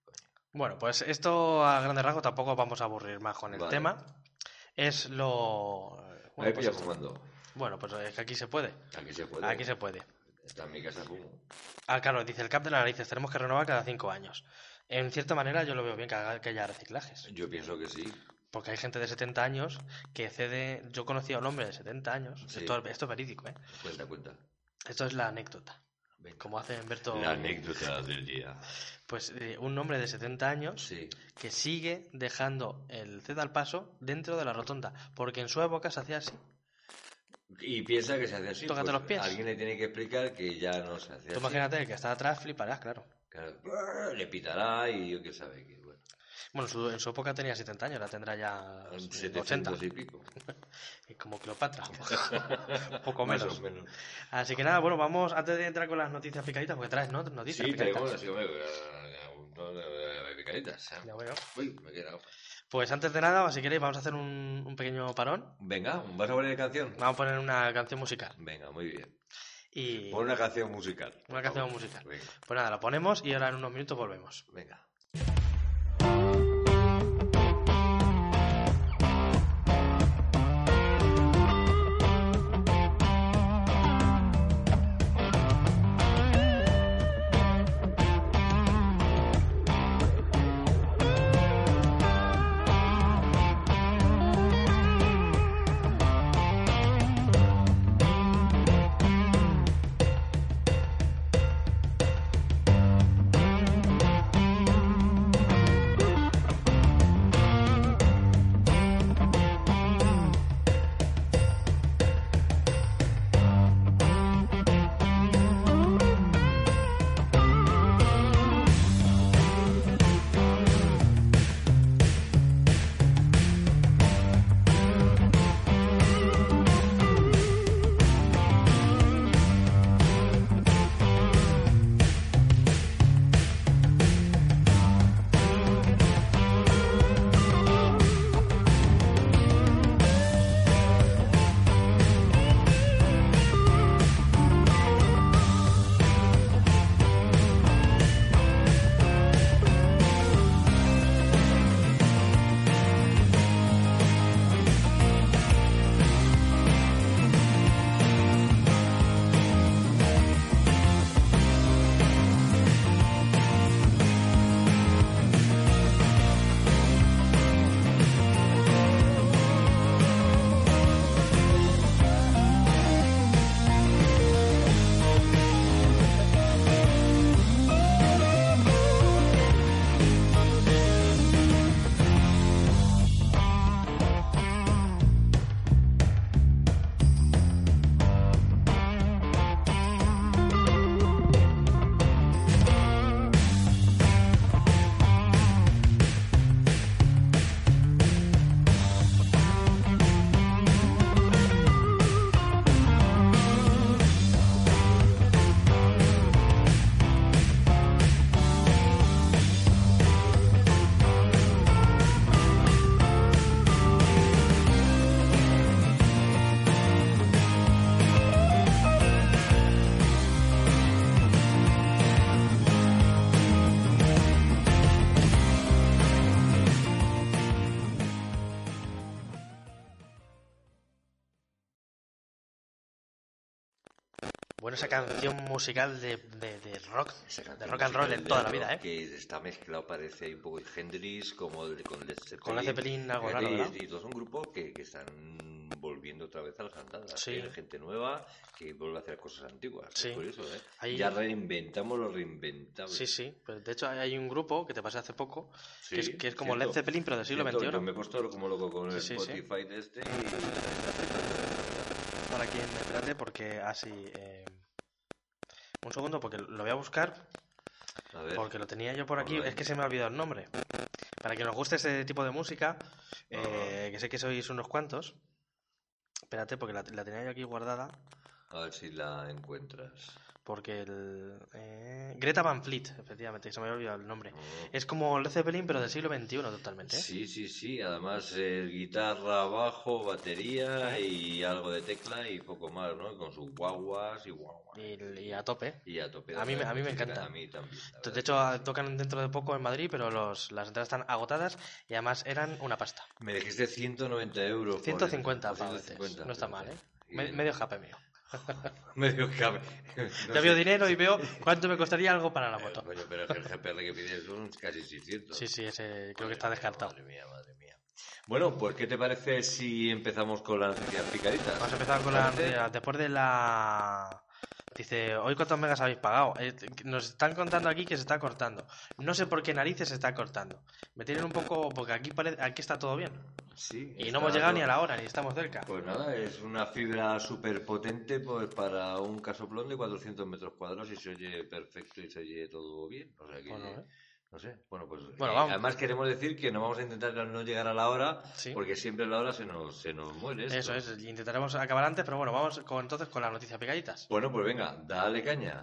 S1: Bueno, pues esto a grandes rasgos tampoco vamos a aburrir más con el
S2: Vale.
S1: tema. Es lo...
S2: Ahí
S1: Bueno, pues
S2: pilla
S1: esto-
S2: fumando.
S1: bueno, pues es que aquí se puede.
S2: Aquí se puede.
S1: Aquí se puede.
S2: Está en mi casa fumo.
S1: Ah, claro, dice el cap de las narices, tenemos que renovar cada cinco años. En cierta manera yo lo veo bien que, haga- que haya reciclajes.
S2: Yo pienso que sí.
S1: Porque hay gente de 70 años que cede... Yo conocí a un hombre de 70 años.
S2: Sí.
S1: Esto, esto es verídico, ¿eh?
S2: Cuenta, cuenta.
S1: Esto es la anécdota.
S2: Venga.
S1: Como hace Humberto...
S2: La anécdota del día.
S1: Pues eh, un hombre de 70 años
S2: Sí.
S1: que sigue dejando el ced al paso dentro de la rotonda. Porque en su época se hacía así.
S2: Y piensa que se hace así.
S1: Tócate
S2: pues,
S1: los pies.
S2: Alguien le tiene que explicar que ya no se hace
S1: Tú
S2: así.
S1: imagínate el que está atrás, fliparás, claro.
S2: Claro, brrr, le pitará y yo qué sabe qué. Bueno,
S1: Bueno, su- en su época tenía 70 años, ahora tendrá ya
S2: Mm,
S1: 80,
S2: 700 y pico.
S1: y como
S2: *laughs*
S1: Cleopatra, poco
S2: Más
S1: menos.
S2: o menos.
S1: Así que nada, bueno, vamos, antes de entrar con las noticias picaditas, porque traes ¿no? noticias
S2: Sí,
S1: picaditas.
S2: tenemos así, hombre, eh, un montón de eh, picaditas. ¿eh?
S1: Ya veo.
S2: Uy, me he quedado.
S1: Pues antes de nada, si queréis, vamos a hacer un, un pequeño parón.
S2: Venga, ¿vas a poner canción?
S1: Vamos a poner una canción musical.
S2: Venga, muy bien.
S1: Y
S2: Pon una canción musical. por
S1: Una canción
S2: favor.
S1: musical.
S2: Venga.
S1: pues nada, la ponemos y ahora en unos minutos volvemos.
S2: Venga.
S3: Thank
S1: Bueno, esa canción musical de, de, de rock,
S2: Esa
S1: de
S2: canción
S1: rock and roll de
S2: musical
S1: toda la
S2: del
S1: vida,
S2: rock
S1: ¿eh?
S2: Que está mezclado, parece ahí un poco de Hendrix, como el- con Led Zeppelin.
S1: Con la Zeppelin algo
S2: Fíjate,
S1: raro,
S2: Eh, y-
S1: ¿verdad?
S2: y, todo es un grupo que, que están volviendo otra vez a las andadas.
S1: Sí.
S2: Viene gente nueva que vuelve a hacer cosas antiguas.
S1: Sí.
S2: Es curioso, ¿eh?
S1: Ahí-
S2: Ya reinventamos lo reinventable.
S1: Sí, sí. Pues de hecho, hay- hay un grupo que te pasé hace poco, que, es,
S2: Sí,
S1: que es como
S2: cierto.
S1: Led Zeppelin, pero del siglo
S2: Cierto, Yo
S1: XXI.
S2: me he puesto como loco con el
S1: Sí, sí, sí.
S2: Spotify de este y
S1: Ahora aquí en espérate, porque así. eh, Un segundo, porque lo voy a buscar,
S2: a ver.
S1: porque lo tenía yo por
S2: Por
S1: aquí.
S2: ahí.
S1: Es que se me ha olvidado el nombre. Para que nos guste ese tipo de música, eh, que sé que sois unos cuantos. Espérate, porque la, la tenía yo aquí guardada.
S2: A ver si la encuentras.
S1: Porque el. eh, Greta Van Fleet, efectivamente, que se me había olvidado el nombre.
S2: No.
S1: Es como Led Zeppelin, pero del siglo XXI totalmente. ¿eh?
S2: Oh. Sí, sí, sí. Además, eh, guitarra, bajo, batería y algo de tecla y poco más, ¿no? Con sus guaguas y guaguas.
S1: Y, y a tope.
S2: Y a tope.
S1: A mí me- a mí me
S2: Música,
S1: encanta.
S2: A mí también. la
S1: De
S2: verdad.
S1: hecho, a- tocan dentro de poco en Madrid, pero los, las entradas están agotadas y además eran una pasta.
S2: Me dijiste 190 euros. por-
S1: 150
S2: por
S1: pavos.
S2: 150,
S1: No está mal,
S2: fíjate.
S1: ¿eh?
S2: Y
S1: Me-
S2: en-
S1: medio jape mío.
S2: *laughs* medio cable.
S1: *laughs* Ya veo dinero y veo cuánto me costaría algo para la
S2: Pero,
S1: moto.
S2: coño, pero es que el GPR que pides son casi 600.
S1: Sí, sí, ese creo
S2: Madre
S1: que está
S2: mía,
S1: descartado.
S2: Madre mía, madre mía. Bueno, pues ¿qué te parece si empezamos con las noticias picaditas?
S1: Vamos a empezar con la noticia. Después de la. Dice, hoy cuántos megas habéis pagado. Eh, nos están contando aquí que se está cortando. No sé por qué narices se está cortando. Me tienen un poco. Porque aquí, parece- aquí está todo bien.
S2: Sí,
S1: Y
S2: está
S1: no hemos llegado
S2: todo-
S1: ni a la hora, ni estamos cerca.
S2: Pues nada, es una fibra súper potente pues, para un casoplón de 400 metros cuadrados y se oye perfecto y se oye todo bien. O sea que,
S1: Bueno, ¿eh?
S2: no sé. Bueno, pues
S1: Bueno,
S2: eh,
S1: vamos.
S2: además queremos decir que no vamos a intentar no llegar a la hora
S1: Sí.
S2: porque siempre la hora se nos, se nos muere. esto.
S1: Eso es, y intentaremos acabar antes, pero bueno, vamos con, entonces con las noticias picaditas.
S2: Bueno, pues venga, dale caña.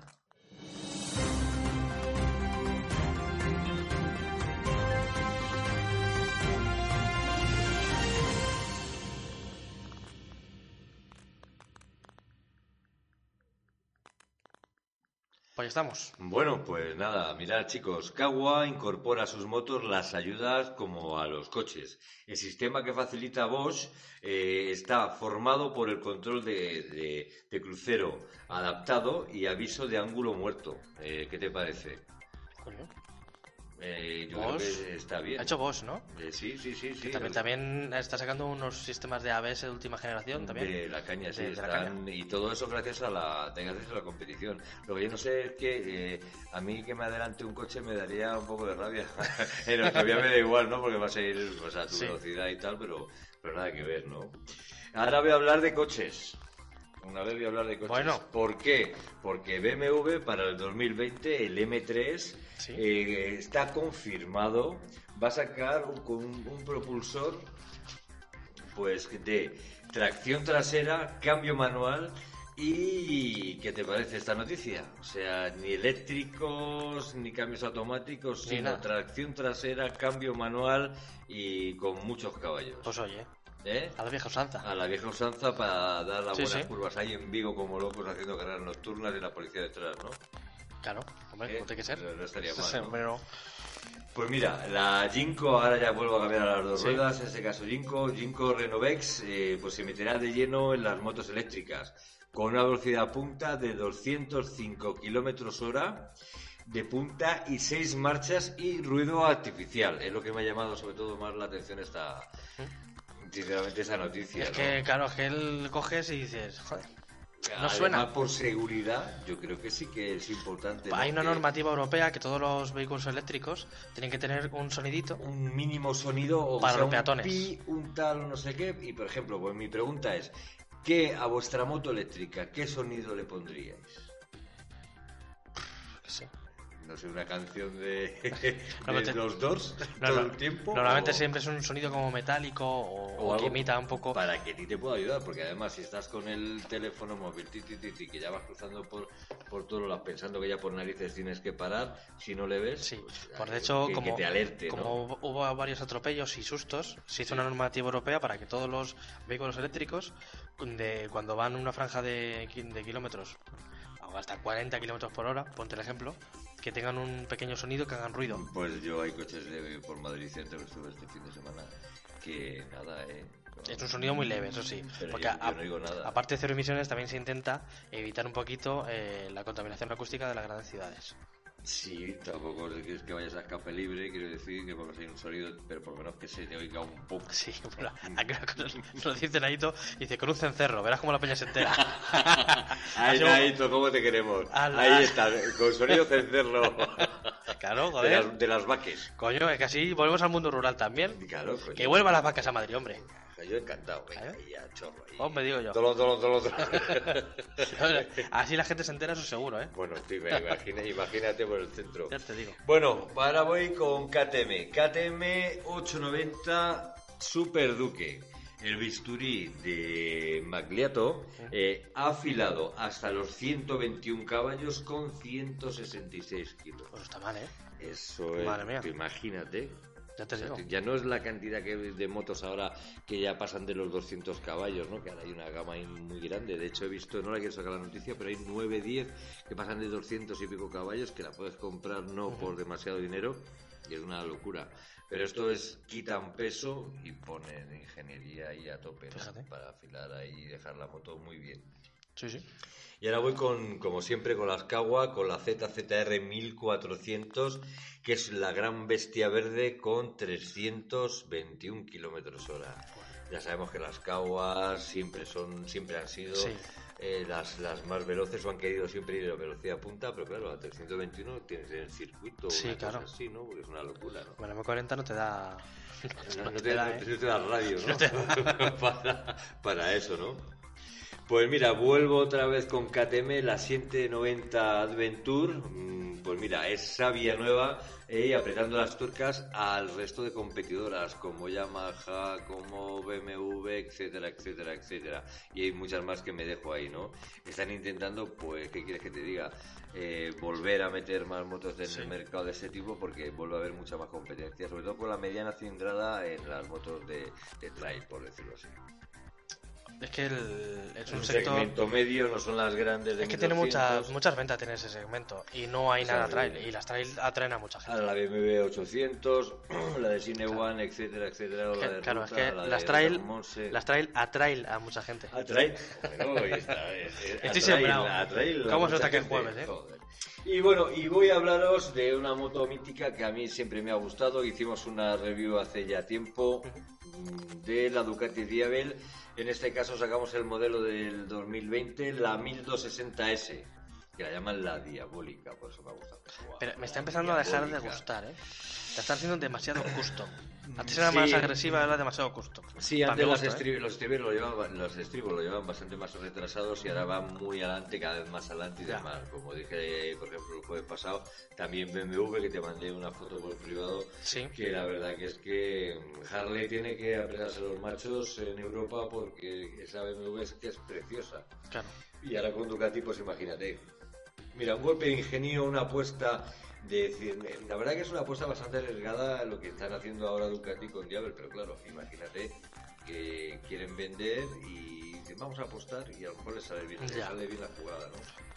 S1: Pues ya estamos.
S2: Bueno, pues nada, mirad chicos, Kawa incorpora a sus motos las ayudas como a los coches. El sistema que facilita Bosch eh, está formado por el control de, de- de crucero adaptado y aviso de ángulo muerto. Eh, ¿Qué te parece?
S1: Coño.
S2: Eh, yo
S1: Bosch.
S2: creo que está bien.
S1: Ha hecho vos, ¿no?
S2: Eh, sí, sí, sí, sí.
S1: También, también está sacando unos sistemas de ABS de última generación también.
S2: De la caña, sí,
S1: De- de la
S2: están- y todo eso gracias a la gracias a la competición. Lo que yo no sé es que eh, a mí que me adelante un coche me daría un poco de rabia. *laughs* en Autovía me da igual, ¿no? Porque vas a ir o sea, a tu
S1: Sí.
S2: velocidad y tal, pero, pero nada que ver, ¿no? Ahora voy a hablar de coches. Una vez voy a hablar de coches.
S1: Bueno.
S2: ¿Por qué? Porque BMW para el 2020, el M3,
S1: Sí.
S2: eh, está confirmado, va a sacar un- con un- un propulsor pues de tracción trasera, cambio manual y ¿qué te parece esta noticia? O sea, ni eléctricos, ni cambios automáticos,
S1: Ni
S2: sino
S1: nada.
S2: tracción trasera, cambio manual y con muchos caballos.
S1: Pues oye,
S2: ¿Eh?
S1: a la vieja usanza.
S2: A la vieja usanza para dar las
S1: Sí,
S2: buenas
S1: sí.
S2: curvas ahí en Vigo como locos haciendo carreras nocturnas y la policía detrás, ¿no?
S1: Claro, hombre,
S2: ¿Eh?
S1: como tiene que ser.
S2: No, no estaría mal,
S1: Sí,
S2: ¿no?
S1: hombre, no.
S2: Pues mira, la Jinko, ahora ya vuelvo a cambiar a las dos
S1: Sí.
S2: ruedas, en este caso Jinko, Jinko Renovex, eh, pues se meterá de lleno en las motos eléctricas, con una velocidad punta de 205 kilómetros hora de punta y seis marchas y ruido artificial. Es lo que me ha llamado sobre todo más la atención esta, sinceramente, esa noticia.
S1: Es
S2: ¿no?
S1: que, claro, es que él coges y dices, joder, no
S2: Además,
S1: suena.
S2: por seguridad, yo creo que sí que es importante.
S1: Hay
S2: ¿no?
S1: una
S2: Que-
S1: normativa europea que todos los vehículos eléctricos tienen que tener un sonidito.
S2: un mínimo sonido o
S1: Para
S2: sea,
S1: los
S2: un
S1: peatones.
S2: pi, un tal o no sé qué. Y por ejemplo, pues mi pregunta es, ¿qué a vuestra moto eléctrica, qué sonido le pondríais?
S1: que sé.
S2: No sé, una canción
S1: *laughs*
S2: de, de
S1: Normalmente-
S2: los Doors
S1: *laughs* No,
S2: todo
S1: no,
S2: el tiempo.
S1: Normalmente
S2: o-
S1: siempre es un sonido como metálico o,
S2: o
S1: o que
S2: algo
S1: imita un poco.
S2: Para que a ti te pueda ayudar, porque además si estás con el teléfono móvil, ti, ti, ti, ti, que ya vas cruzando por, por todos lados pensando que ya por narices tienes que parar, si no le ves,
S1: Sí,
S2: pues,
S1: por
S2: que-
S1: de hecho,
S2: que, que
S1: como,
S2: te alerte. ¿no?
S1: como hubo- hubo varios atropellos y sustos, se hizo una normativa europea para que todos los vehículos eléctricos, de, cuando van una franja de, ki- de kilómetros, o hasta 40 kilómetros por hora, ponte el ejemplo, que tengan un pequeño sonido que hagan ruido.
S2: Pues yo hay coches de, por Madrid Centro que estuve este fin de semana que nada, eh.
S1: Es un sonido muy leve, eso sí.
S2: Pero
S1: porque
S2: yo-
S1: a-
S2: yo no digo nada.
S1: aparte de cero emisiones, también se intenta evitar un poquito eh, la contaminación acústica de las grandes ciudades. *laughs*
S2: Sí, tampoco es que vayas a escape libre, quiero decir que pongas ahí un sonido, pero por lo menos que se te oiga un poco.
S1: Sí, bueno, *laughs*
S2: Mm.
S1: aquí una cosa nos lo dice Naito, dice con un cencerro, verás cómo la peña se
S2: *laughs*
S1: entera.
S2: Ahí,
S1: Hacemos-
S2: Naito, ¿cómo te queremos?
S1: Ala.
S2: Ahí está, con sonido cencerro
S1: Claro, *laughs*
S2: de,
S1: joder.
S2: las, de las vaques.
S1: Coño, es que así volvemos al mundo rural también.
S2: Claro, coño.
S1: Que vuelvan las vacas a Madrid, hombre.
S2: Yo encantado, venga,
S1: Claro.
S2: ahí ya, chorro. ahí.
S1: Hombre, digo
S2: *laughs*
S1: yo.
S2: Tolo, tolo, tolo, tolo. *laughs*
S1: Así la gente se entera, eso seguro, ¿eh?
S2: bueno, sí, me imagina- imagínate por el centro.
S1: Ya te digo.
S2: Bueno, ahora voy con KTM. KTM 890 Super Duque. El bisturí de Magliato eh, ha afilado hasta los 121 caballos con 166 kilos.
S1: Pues está mal, ¿eh?
S2: Eso es,
S1: Madre mía.
S2: tú imagínate.
S1: Ya te
S2: O sea,
S1: digo.
S2: que ya no es la cantidad que de motos ahora que ya pasan de los 200 caballos, ¿no? Que ahora hay una gama ahí muy grande. De hecho, he visto, no la quiero sacar la noticia, pero hay 9, 10 que pasan de 200 y pico caballos que la puedes comprar no por demasiado dinero y es una locura. Pero esto es quitan peso y ponen ingeniería ahí a tope ¿no?
S1: Fíjate.
S2: para afilar ahí y dejar la moto muy bien.
S1: Sí, sí.
S2: Y ahora voy con, como siempre, con las Kawa, con la ZZR 1400, que es la gran bestia verde con 321 kilómetros hora. Ya sabemos que las Kawas siempre son, siempre han sido
S1: Sí.
S2: eh, las, las más veloces, o han querido siempre ir a velocidad punta, pero claro, a 321 tienes el circuito,
S1: Sí,
S2: una cosa
S1: claro.
S2: así, ¿no? Porque es una locura, ¿no?
S1: Bueno, M40 no te
S2: *laughs*
S1: da.
S2: No,
S1: no
S2: no
S1: te
S2: te,
S1: da,
S2: no
S1: ¿eh?
S2: te- no te da radio, ¿no?
S1: *laughs*
S2: *laughs* para, para eso, ¿no? Pues mira, vuelvo otra vez con KTM, la 790 Adventure. Mm, Pues mira, es sabia nueva eh, y apretando las turcas al resto de competidoras como Yamaha, como BMW, etcétera, etcétera, etcétera. Y hay muchas más que me dejo ahí, ¿no? Están intentando, pues, ¿qué quieres que te diga? Eh, volver a meter más motos en
S1: Sí.
S2: el mercado de ese tipo porque vuelve a haber mucha más competencia, sobre todo con la mediana cilindrada en las motos de, de trail, por decirlo así.
S1: Es que el, es
S2: Es
S1: un
S2: un
S1: sector.
S2: segmento medio, no son las grandes de
S1: Es que tiene
S2: 1200.
S1: muchas muchas ventas tiene ese segmento y no hay
S2: Sí.
S1: nada trail y las trail atraen a mucha gente.
S2: Ahora la BMW 800, *clears throat* la de Cine One, etcétera, etcétera. o
S1: Es
S2: la
S1: que-
S2: de
S1: claro, es
S2: Ruta,
S1: que
S2: la de
S1: las trail
S2: Monse.
S1: las trail atraen a mucha gente.
S2: A trail. Bueno, y está, eh, eh,
S1: Estoy
S2: a trail,
S1: sembrado.
S2: a trail,
S1: ¿Cómo
S2: a
S1: se nota
S2: mucha
S1: que es
S2: gente.
S1: jueves, eh?
S2: Joder. Y bueno, y voy a hablaros de una moto mítica que a mí siempre me ha gustado. Hicimos una review hace ya tiempo mm, de la Ducati Diabel. En este caso sacamos el modelo del 2020, la 1260S, que la llaman la diabólica, por eso me gusta.
S1: Pero me está
S2: La
S1: empezando a dejar de
S2: Diabólica.
S1: gustar, ¿eh? La están haciendo demasiado custom. Antes era más
S2: Sí.
S1: agresiva, ahora demasiado custom.
S2: Sí,
S1: Para
S2: antes
S1: mi
S2: los,
S1: gusto, ¿eh?
S2: estribos, los, estribos lo llevaban, los estribos lo llevaban bastante más retrasados y ahora van muy adelante, cada vez más adelante y
S1: Ya.
S2: demás. Como dije, eh, por ejemplo, el jueves pasado, también BMW, que te mandé una foto por privado,
S1: Sí.
S2: que la verdad que es que mm, Harley tiene que apretarse los machos en Europa porque esa BMW es que es preciosa.
S1: Claro.
S2: Y ahora con Ducati, pues imagínate. Mira, un golpe de ingenio, una apuesta de decir, la verdad que es una apuesta bastante arriesgada lo que están haciendo ahora Ducati con Diabel, pero claro, imagínate que quieren vender y dicen, vamos a apostar y a lo mejor les sale bien, les
S1: Ya.
S2: sale bien la jugada, ¿no?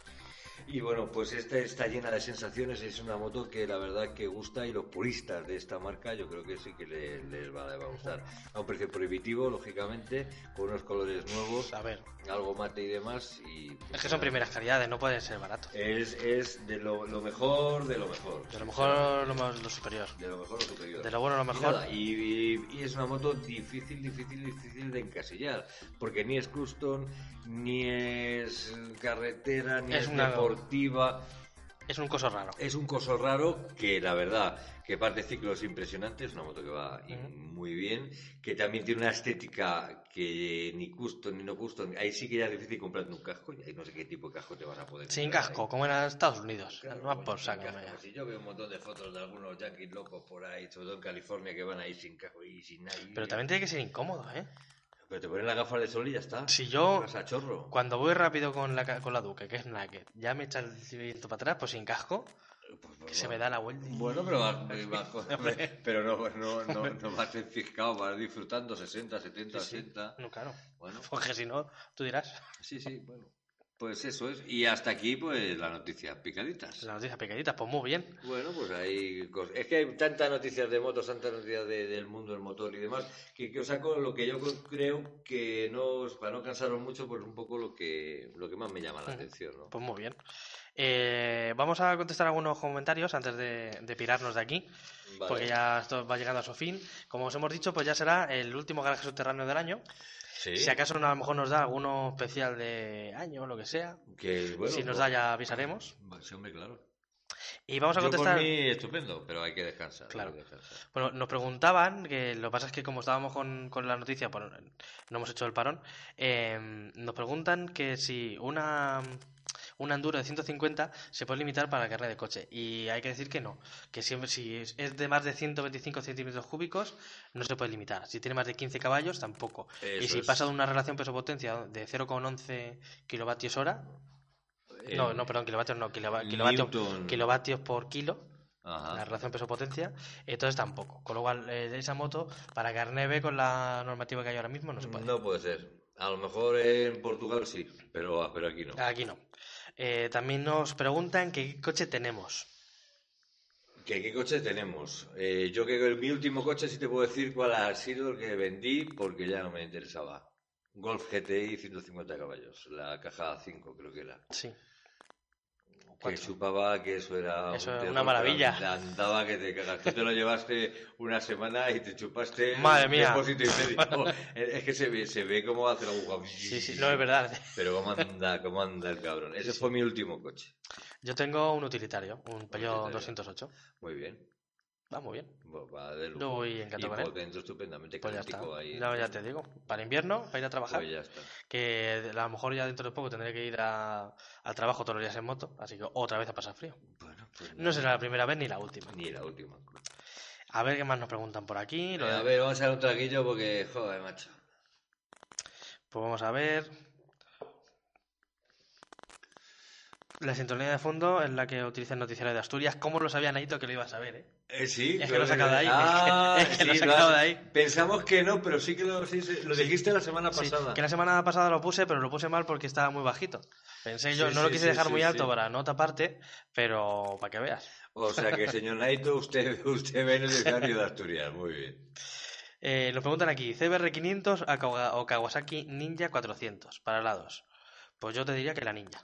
S2: Y bueno, pues esta está llena de sensaciones, es una moto que la verdad que gusta y los puristas de esta marca yo creo que sí que le- les, va, les va a gustar. A un precio prohibitivo, lógicamente, con unos colores nuevos,
S1: A ver,
S2: algo mate y demás. Y,
S1: es que son primeras calidades, no pueden ser baratos.
S2: Es, es de lo, lo mejor de lo mejor.
S1: De lo mejor lo, más- lo superior.
S2: De lo mejor lo superior.
S1: De lo bueno lo
S2: Y
S1: mejor.
S2: nada, Y, y- y es una moto difícil, difícil, difícil de encasillar. Porque ni es custom, ni es carretera, ni
S1: Es
S2: es,
S1: una-
S2: deportiva.
S1: Es un coso raro.
S2: Es un coso raro que la verdad que parte ciclos impresionantes, una moto que va y-
S1: Ujú.
S2: muy bien, que también tiene una estética que ni custom ni no custom, ahí sí que ya es difícil comprarte un casco y ahí no sé qué tipo de casco te vas a poder
S1: Sin
S2: comprar,
S1: casco,
S2: ¿eh?
S1: como en Estados Unidos.
S2: Claro,
S1: Más
S2: coño,
S1: por
S2: sin
S1: saco,
S2: casco. pues,
S1: hombre.
S2: Si yo veo un montón de fotos de algunos yanquis locos por ahí, sobre todo en California, que van ahí sin casco y sin nadie.
S1: Pero también tiene que ser incómodo, ¿eh?
S2: Pero te ponen las gafas de sol y ya está.
S1: Si yo-
S2: Vas a chorro.
S1: Cuando voy rápido con la, ca- con la Duque, que es Naked, ya me echa el viento para atrás, pues sin casco,
S2: Pues,
S1: que
S2: pues,
S1: se
S2: va.
S1: me da la vuelta. y-
S2: Bueno, pero *laughs* vas, vas con- pero no, no, no, no vas enfiscado, vas disfrutando 60, 70,
S1: Sí, sí.
S2: 80.
S1: No, claro. *laughs*
S2: Bueno,
S1: Porque si no, tú dirás.
S2: sí, sí, bueno. Pues eso es. Y hasta aquí, pues, las noticias picaditas.
S1: Las noticias pequeñitas, pues muy bien.
S2: Bueno, pues hay cosas. Es que hay tantas noticias de motos, tantas noticias de- del mundo del motor y demás, que, que os saco lo que yo con- creo que no, os- para no cansaros mucho, pues un poco lo que, lo que más me llama la
S1: Ujú.
S2: atención, ¿no?
S1: Pues muy bien. Eh, vamos a contestar algunos comentarios antes de, de pirarnos de aquí,
S2: Vale.
S1: porque ya esto va llegando a su fin. Como os hemos dicho, pues ya será el último garaje subterráneo del año.
S2: Sí.
S1: Si acaso a lo mejor nos da alguno especial de año o lo que sea,
S2: Que, bueno,
S1: si nos
S2: pues-
S1: da ya avisaremos.
S2: Sí, hombre, claro.
S1: Y vamos a
S2: Yo por
S1: contestar.
S2: mí, estupendo, pero hay que descansar. hay
S1: Claro.
S2: que descansar.
S1: Bueno, nos preguntaban, que lo que pasa es que como estábamos con, con la noticia, pues, no hemos hecho el parón, eh, nos preguntan que si una, una enduro de 150 se puede limitar para el carnet de coche. Y hay que decir que no, que siempre si es- es de más de 125 centímetros cúbicos, no se puede limitar. Si tiene más de 15 caballos, tampoco. y
S2: Eso
S1: si
S2: es.
S1: pasa de una relación peso-potencia de 0,11 kilovatios hora,
S2: Eh,
S1: no, no, perdón, kilovatios no, kilova- kilovatios,
S2: Newton.
S1: kilovatios por kilo,
S2: Ajá.
S1: la relación peso-potencia, entonces tampoco. Con lo cual, eh, esa moto, para carne B con la normativa que hay ahora mismo, no se puede.
S2: No puede ser. A lo mejor en Portugal sí, pero, ah, pero aquí no.
S1: Aquí no. Eh, también nos preguntan que qué coche tenemos.
S2: ¿Qué, qué coche tenemos? Eh, yo creo que mi último coche sí te puedo decir cuál ha sido el que vendí porque ya no me interesaba. Golf GTI 150 caballos, la caja 5 creo que era.
S1: Sí.
S2: Que
S1: Cuatro.
S2: chupaba que eso era
S1: Eso
S2: un
S1: era
S2: terror,
S1: una
S2: pero
S1: maravilla.
S2: Andaba que te cagas. Tú te lo llevaste una semana y
S1: *laughs*
S2: te chupaste
S1: Madre
S2: un
S1: mía.
S2: depósito y
S1: *laughs*
S2: medio. eh, Es es que se ve, se ve cómo hace la aguja.
S1: Sí, sí, no es verdad. *laughs*
S2: Pero cómo anda, cómo anda el cabrón. Ese fue mi último coche.
S1: Yo tengo un utilitario, un Peugeot
S2: utilitario.
S1: 208.
S2: Muy bien.
S1: Va muy bien.
S2: Bueno, Va de lujo.
S1: Yo voy
S2: y
S1: encantado con
S2: por
S1: él.
S2: dentro estupendamente
S1: Pues ya está.
S2: calentico ahí.
S1: Ya, ya te digo. Para invierno, para ir a trabajar.
S2: Pues ya está.
S1: Que a lo mejor ya dentro de poco tendré que ir a- al trabajo todos los días en moto. Así que otra vez a pasar frío.
S2: Bueno, pues
S1: No será la primera vez ni la última.
S2: Ni la última.
S1: A ver qué más nos preguntan por aquí. Lo de-
S2: Eh, a ver, vamos a dar un traguillo porque, joder, macho.
S1: Pues vamos a ver. La sintonía de fondo es la que utiliza el noticiero de Asturias. ¿Cómo lo sabía Naito que lo iba a saber, eh?
S2: Eh, sí,
S1: Es que
S2: creo
S1: lo he sacado de *laughs* ahí.
S2: Ah,
S1: Es que lo he
S2: sí,
S1: sacado
S2: has-
S1: de ahí.
S2: Pensamos que no, pero sí que lo, sí, sí, lo dijiste la semana
S1: Sí,
S2: pasada.
S1: que la semana pasada lo puse, pero lo puse mal porque estaba muy bajito. Pensé yo,
S2: Sí,
S1: no lo
S2: sí,
S1: quise
S2: sí,
S1: dejar
S2: sí,
S1: muy
S2: sí.
S1: alto para no taparte, pero para que veas.
S2: O sea que, señor Naito, usted, usted ve en el escenario de Asturias. Muy bien.
S1: Eh, nos preguntan aquí, CBR500 a Kawa- o Kawasaki Ninja 400 para lados. Pues yo te diría que la Ninja.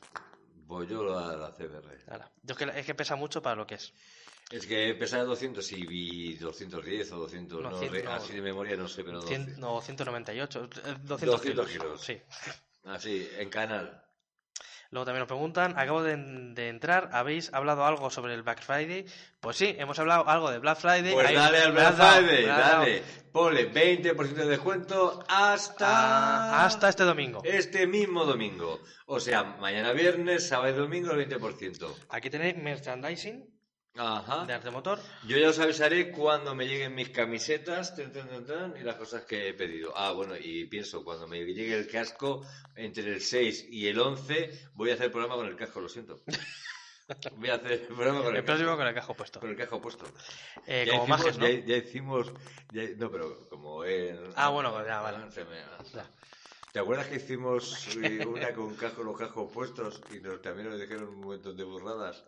S2: Voy yo a la CBR.
S1: Ala. Yo es, que, la- es que pesa mucho para lo que es.
S2: Es que pesaba 200 y vi 210 o 200,
S1: No,
S2: no,
S1: cien-
S2: re-
S1: no.
S2: así de memoria no sé, pero
S1: 100
S2: 200.
S1: no, 198, eh, 200,
S2: 200
S1: kilos.
S2: kilos.
S1: Sí.
S2: Así, Ah, en canal.
S1: Luego también nos preguntan, acabo de, de entrar, ¿habéis hablado algo sobre el Black Friday? Pues sí, hemos hablado algo de Black Friday.
S2: Pues
S1: Ahí-
S2: dale al
S1: me has
S2: Black
S1: dado,
S2: Friday,
S1: me has dado.
S2: dale. Ponle 20% de descuento hasta...
S1: Ah, hasta este domingo.
S2: Este mismo domingo. O sea, mañana viernes, sábado y domingo el 20%.
S1: Aquí tenéis merchandising
S2: Ajá.
S1: de arte motor.
S2: Yo ya os avisaré cuando me lleguen mis camisetas tan, tan, tan, tan, y las cosas que he pedido. Ah, bueno, y pienso, cuando me llegue el casco, entre el 6 y el 11, voy a hacer el programa con el casco, lo *laughs* siento. Voy a hacer el programa con el,
S1: El próximo
S2: casco.
S1: con el cajo puesto.
S2: Con el casco puesto.
S1: Eh,
S2: ya
S1: como
S2: hicimos,
S1: mages, ¿no?
S2: Ya, ya hicimos... ya- no, pero como... el-
S1: Ah, bueno, ya, vale.
S2: se me-
S1: Ya.
S2: ¿Te acuerdas que hicimos eh, una con casco, los cascos puestos y nos, también nos dijeron un montón de burradas?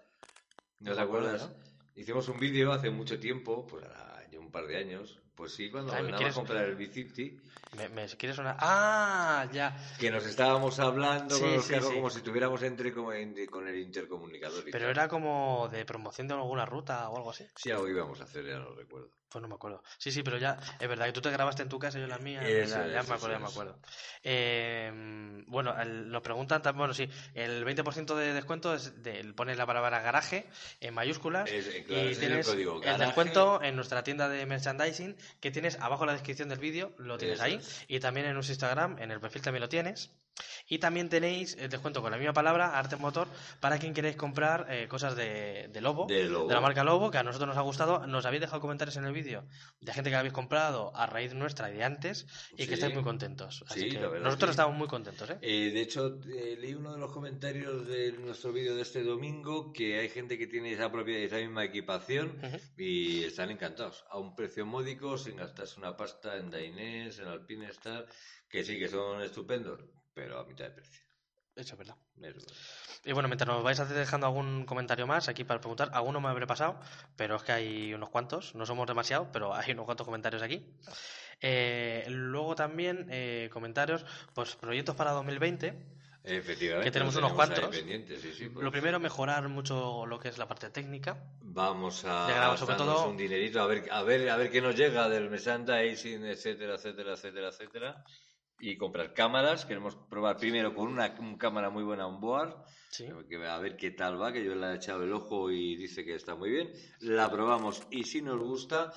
S2: ¿No
S1: No
S2: te
S1: me acuerdo,
S2: acuerdas? Hicimos un vídeo hace mucho tiempo, pues hará ya un par de años. Pues sí, cuando
S1: Ay, ¿me
S2: nada más
S1: quieres-
S2: comprar el Bicipti,
S1: Me, me- ¿Quieres una...? ¡Ah! Ya.
S2: que nos estábamos hablando
S1: Sí,
S2: con los
S1: sí,
S2: cascos
S1: sí.
S2: como si estuviéramos entre como en- con el intercomunicador. y
S1: Pero
S2: tal.
S1: era como de promoción de alguna ruta o algo así.
S2: Sí, algo íbamos a hacer, ya no lo recuerdo.
S1: Pues no me acuerdo. Sí, sí, pero ya es verdad que tú te grabaste en tu casa y yo en la mía.
S2: Eso
S1: ya, ya
S2: es,
S1: me acuerdo,
S2: eso
S1: ya me
S2: es.
S1: acuerdo. Eh, bueno, el- nos preguntan, tam- bueno, sí, el 20% de descuento es de, pones la palabra garaje en mayúsculas
S2: Es- eh, claro, ese
S1: y
S2: es el
S1: tienes
S2: código, garaje.
S1: descuento en nuestra tienda de merchandising que tienes abajo en la descripción del vídeo, lo tienes
S2: Eso
S1: ahí,
S2: es.
S1: y también en nuestro Instagram, en el perfil también lo tienes. Y también tenéis el descuento con la misma palabra, arte motor, para quien queréis comprar eh, cosas de, de Lobo,
S2: De Lobo.
S1: la marca Lobo, que a nosotros nos ha gustado. Nos habéis dejado comentarios en el vídeo de gente que la habéis comprado a raíz nuestra y de antes y
S2: Sí.
S1: que estáis muy contentos. Así
S2: Sí,
S1: que
S2: la verdad
S1: nosotros
S2: sí.
S1: estamos muy contentos, ¿eh?
S2: Eh, de hecho, eh, leí uno de los comentarios de nuestro vídeo de este domingo que hay gente que tiene esa propia, esa misma equipación
S1: Ujú.
S2: y están encantados. A un precio módico, sin gastarse una pasta en Dainés, en Alpine Star, que sí que son estupendos, pero a mitad de precio.
S1: Eso es verdad.
S2: Es verdad.
S1: Y bueno, mientras nos vais a hacer dejando algún comentario más aquí para preguntar, alguno me habré pasado, pero es que hay unos cuantos, no somos demasiados, pero hay unos cuantos comentarios aquí. Eh, luego también eh, comentarios, pues proyectos para 2020.
S2: Efectivamente.
S1: Que tenemos
S2: lo
S1: unos
S2: ahí
S1: cuantos.
S2: pendientes, sí, sí, pues.
S1: Lo primero, mejorar mucho lo que es la parte técnica.
S2: Vamos a
S1: Ya grabamos, sobre
S2: gastarnos
S1: todo-
S2: un dinerito a ver, a ver, a ver qué nos llega del merchandising, etcétera, etcétera, etcétera, etcétera. Y comprar cámaras. Queremos probar primero con una, una cámara muy buena onboard.
S1: Sí.
S2: que- A ver qué tal va, que yo le he echado el ojo y dice que está muy bien. La probamos y si nos gusta,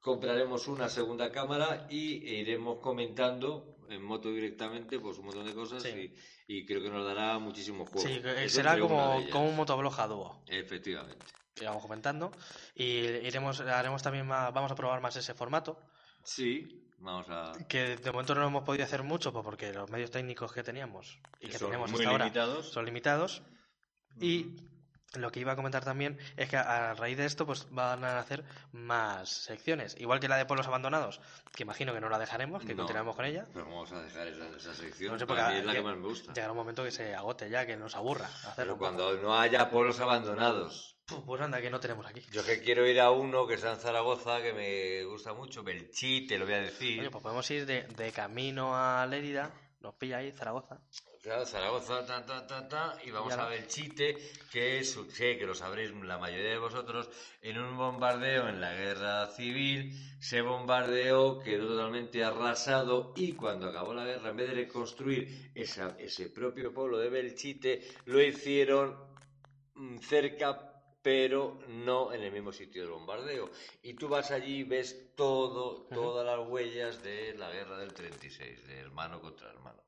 S2: compraremos una segunda cámara y iremos comentando en moto directamente pues un montón de cosas
S1: Sí.
S2: y, y creo que nos dará muchísimo juego.
S1: Sí, que
S2: Eso
S1: será
S2: entre una de
S1: como,
S2: ellas.
S1: como un motoblog a dúo.
S2: Efectivamente.
S1: que vamos comentando y iremos haremos también más, vamos a probar más ese formato
S2: Sí, vamos a...
S1: que de momento no lo hemos podido hacer mucho pues porque los medios técnicos que teníamos y que
S2: son
S1: tenemos
S2: muy
S1: hasta ahora
S2: limitados. Mm.
S1: son limitados y lo que iba a comentar también es que a a raíz de esto pues van a hacer más secciones igual que la de pueblos abandonados que imagino que no la dejaremos que
S2: No.
S1: continuaremos con ella
S2: Pero vamos a dejar esa, esa sección.
S1: No sé,
S2: Para
S1: porque
S2: mí es la
S1: ya-
S2: que más me gusta.
S1: llegará un momento que se agote ya que nos aburra hacerlo
S2: Pero
S1: un poco.
S2: cuando no haya pueblos abandonados.
S1: Puf, pues anda que no tenemos aquí
S2: Yo que quiero ir a uno que está en Zaragoza, que me gusta mucho, Belchí, te lo voy a decir.
S1: Oye, pues podemos ir de, de camino a Lérida nos pilla ahí Zaragoza
S2: Claro, Zaragoza, ta, ta, ta, ta, y vamos
S1: Ya
S2: a
S1: no.
S2: Belchite, que es, sé que lo sabréis la mayoría de vosotros, en un bombardeo en la guerra civil, se bombardeó, quedó totalmente arrasado, y cuando acabó la guerra, en vez de reconstruir esa- ese propio pueblo de Belchite, lo hicieron mm, cerca pero no en el mismo sitio del bombardeo. Y tú vas allí y ves todo, todas las huellas de la guerra del 36, de hermano contra hermano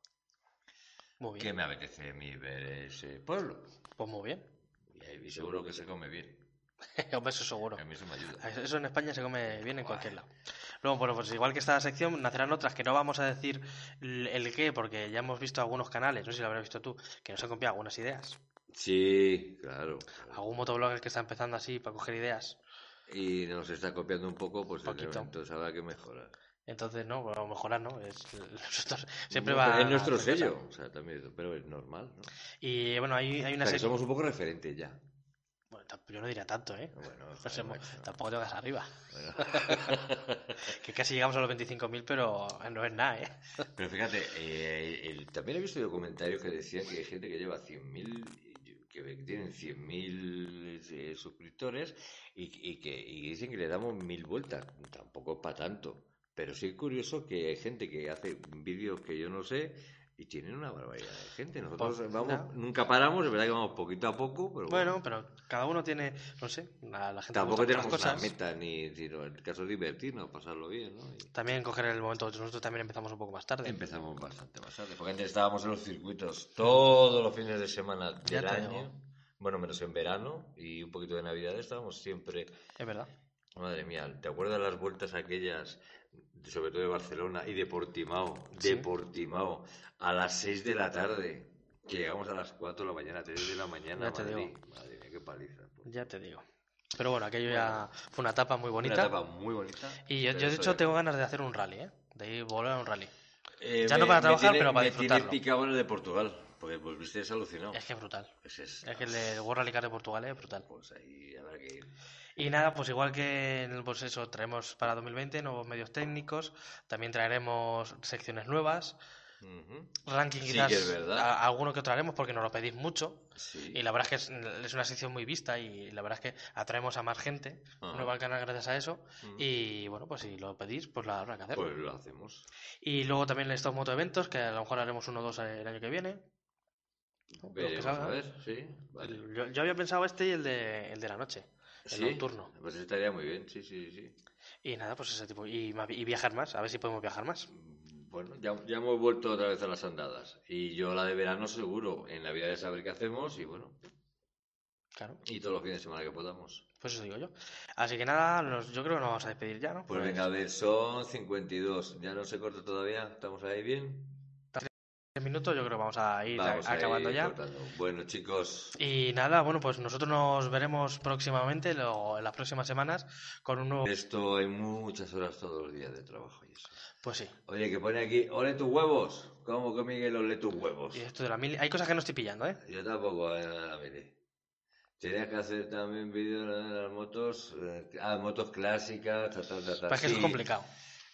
S1: muy bien
S2: que me apetece a mí ver ese pueblo.
S1: Pues muy bien. *laughs*
S2: Y ahí seguro que se come bien.
S1: Hombre, eso seguro.
S2: A mí eso me ayuda.
S1: Eso en España se come bien en
S2: Guay.
S1: cualquier lado. Luego, bueno, pues igual que esta sección, nacerán otras que no vamos a decir el, el qué, porque ya hemos visto algunos canales, no sé si lo habrás visto tú, que nos han copiado algunas ideas.
S2: Sí, claro.
S1: Algún motoblogger que está empezando así para coger ideas.
S2: Y nos está copiando un poco, pues el
S1: Poquito.
S2: entonces habrá que mejorar.
S1: Entonces, no, bueno, mejorar, ¿no? Es- nosotros siempre
S2: No,
S1: va.
S2: Es nuestro
S1: hacer cosas.
S2: sello, o sea, también, pero es normal, ¿no? O
S1: Y bueno, hay, hay una
S2: sea,
S1: serie.
S2: que somos un poco referentes ya.
S1: Bueno, tamp- yo no diría tanto, ¿eh?
S2: Bueno,
S1: No sé,
S2: joder, macho.
S1: tampoco tengas arriba.
S2: Bueno.
S1: *laughs* Que casi llegamos a los 25.000, pero no es nada, ¿eh?
S2: Pero fíjate, eh, el- también he visto yo comentarios que decían que hay gente que lleva 100.000, y- que tienen 100.000 eh, suscriptores y, y que y dicen que le damos mil vueltas. Tampoco es para tanto. Pero sí es curioso que hay gente que hace vídeos que yo no sé y tienen una barbaridad de gente. Nosotros
S1: Pues,
S2: vamos,
S1: ya.
S2: nunca paramos, es verdad que vamos poquito a poco, pero bueno,
S1: Bueno, pero cada uno tiene, no sé, la, la gente le
S2: tampoco
S1: gustan otras
S2: tenemos una meta ni, sino el caso es divertirnos, pasarlo bien, ¿no? Y-
S1: También coger el momento, nosotros también empezamos un poco más tarde.
S2: Empezamos bastante más tarde, porque antes estábamos en los circuitos todos los fines de semana
S1: Ya
S2: del
S1: te
S2: año,
S1: digo.
S2: bueno, menos en verano y un poquito de Navidad, estábamos siempre,
S1: Es verdad.
S2: madre mía, ¿te acuerdas las vueltas aquellas, sobre todo de Barcelona y de Portimao,
S1: Sí.
S2: de Portimao, a las 6 de la tarde, que llegamos a las 4 de la mañana, 3 de la mañana,
S1: Ya te
S2: a Madrid.
S1: digo.
S2: madre mía, qué paliza. por-
S1: Ya te digo. Pero bueno, aquello ya fue una etapa muy bonita.
S2: Una etapa muy bonita.
S1: Y yo, yo,
S2: pero
S1: de hecho
S2: todavía-
S1: tengo ganas de hacer un rally, ¿eh? De ir volver a un rally.
S2: Eh,
S1: ya no para trabajar,
S2: tiene-
S1: pero para
S2: me
S1: disfrutarlo.
S2: Tiene picado el de Portugal, porque volviste alucinado.
S1: Es que es brutal.
S2: Ese es-
S1: Es que el de World Rally Car de Portugal es brutal.
S2: Pues ahí habrá que ir.
S1: Y nada, pues igual que en el pues eso, traemos para 2020 nuevos medios técnicos, también traeremos secciones nuevas, ranking
S2: Sí
S1: quizás
S2: que es verdad.
S1: a- alguno que otro haremos porque nos lo pedís mucho.
S2: Sí.
S1: Y la verdad es que es, es una sección muy vista y la verdad es que atraemos a más gente
S2: Ajá.
S1: nueva al canal gracias a eso.
S2: Ujú.
S1: Y bueno, pues si lo pedís, pues la habrá que hacer.
S2: Mm. Pues lo hacemos.
S1: Y luego también estos motoeventos, que a lo mejor haremos uno o dos el año que viene. Lo que
S2: Veremos
S1: salga.
S2: a ver, sí. Vale.
S1: Yo, yo había pensado este y el de, el de la noche, el
S2: Sí,
S1: nocturno.
S2: Pues estaría muy bien, sí, sí, sí.
S1: Y nada, pues ese tipo. Y, ma- y viajar más, a ver si podemos viajar más.
S2: Mm, Bueno, ya, ya hemos vuelto otra vez a las andadas. Y yo la de verano seguro. En la vida de saber qué hacemos y bueno,
S1: Claro,
S2: y todos los fines de semana que podamos.
S1: pues eso digo yo. Así que nada, nos- yo creo que nos vamos a despedir ya, ¿no?
S2: Pues venga, a ver, son 52. Ya no se corta todavía. ¿Estamos ahí bien?
S1: minutos, yo creo que vamos a ir
S2: Vamos a ir
S1: acabando ya.
S2: cortando. Bueno, chicos,
S1: Y nada, bueno, pues nosotros nos veremos próximamente, lo- en las próximas semanas, con un nuevo...
S2: esto hay muchas horas todos los días de trabajo y eso.
S1: Pues sí,
S2: Oye, que pone aquí, ole tus huevos. ¿Cómo que Miguel ole tus huevos?
S1: y esto de la mili... Hay cosas que no estoy pillando, ¿eh?
S2: Yo tampoco eh, la miré. Tenía que hacer también vídeos de las motos, eh, ah, motos clásicas, ta, ta, ta, ta.
S1: Pero es que eso
S2: Sí,
S1: es complicado.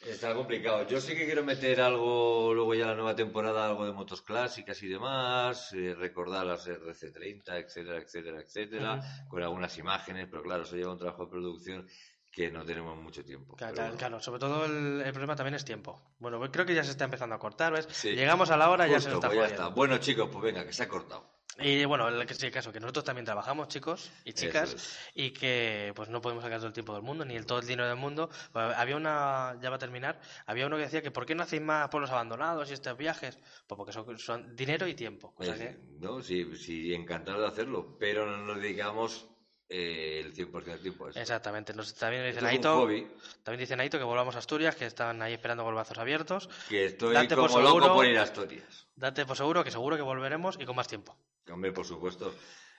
S2: Está complicado. Yo sí que quiero meter algo, luego ya la nueva temporada, algo de motos clásicas y demás, eh, recordar las RC30, etcétera, etcétera, etcétera, con algunas imágenes, pero claro, eso lleva un trabajo de producción que no tenemos mucho tiempo.
S1: Claro,
S2: pero
S1: claro,
S2: bueno.
S1: claro, sobre todo el, el problema también es tiempo. Bueno, pues creo que ya se está empezando a cortar, ¿ves?
S2: Sí.
S1: Llegamos a la hora, ya se nos está
S2: Justo, pues ya
S1: jodiendo.
S2: está. Bueno, chicos, pues venga, que se ha cortado.
S1: Y bueno, el que sí, el caso, que nosotros también trabajamos, chicos y chicas,
S2: Eso es.
S1: y que pues no podemos sacar todo el tiempo del mundo, ni el todo el dinero del mundo. Bueno, Había una, ya va a terminar, había uno que decía que ¿por qué no hacéis más pueblos abandonados y estos viajes? Pues porque son, son dinero y tiempo. cosa
S2: Eh,
S1: que-
S2: No, sí, sí, encantado de hacerlo, pero no nos dedicamos eh, el 100% del tiempo a eso.
S1: Exactamente. Nos, también
S2: Esto
S1: dicen
S2: es un
S1: Aito,
S2: hobby
S1: también dicen Aito que volvamos a Asturias, que están ahí esperando con los brazos abiertos.
S2: que estoy
S1: Date por
S2: como loco
S1: seguro.
S2: por ir a Asturias.
S1: Date por seguro que seguro que volveremos y con más tiempo.
S2: Hombre, por supuesto.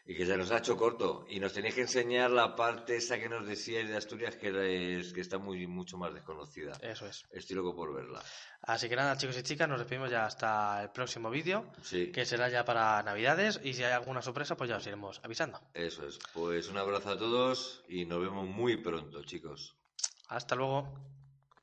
S2: Y que se nos ha hecho corto. Y nos tenéis que enseñar la parte esa que nos decíais de Asturias, que, era- es, que está muy mucho más desconocida.
S1: Eso es.
S2: Estoy loco por verla.
S1: Así que nada, chicos y chicas, nos despedimos ya hasta el próximo vídeo,
S2: Sí,
S1: que será ya para Navidades, y si hay alguna sorpresa, pues ya os iremos avisando.
S2: eso es. Pues un abrazo a todos y nos vemos muy pronto, chicos.
S1: Hasta luego.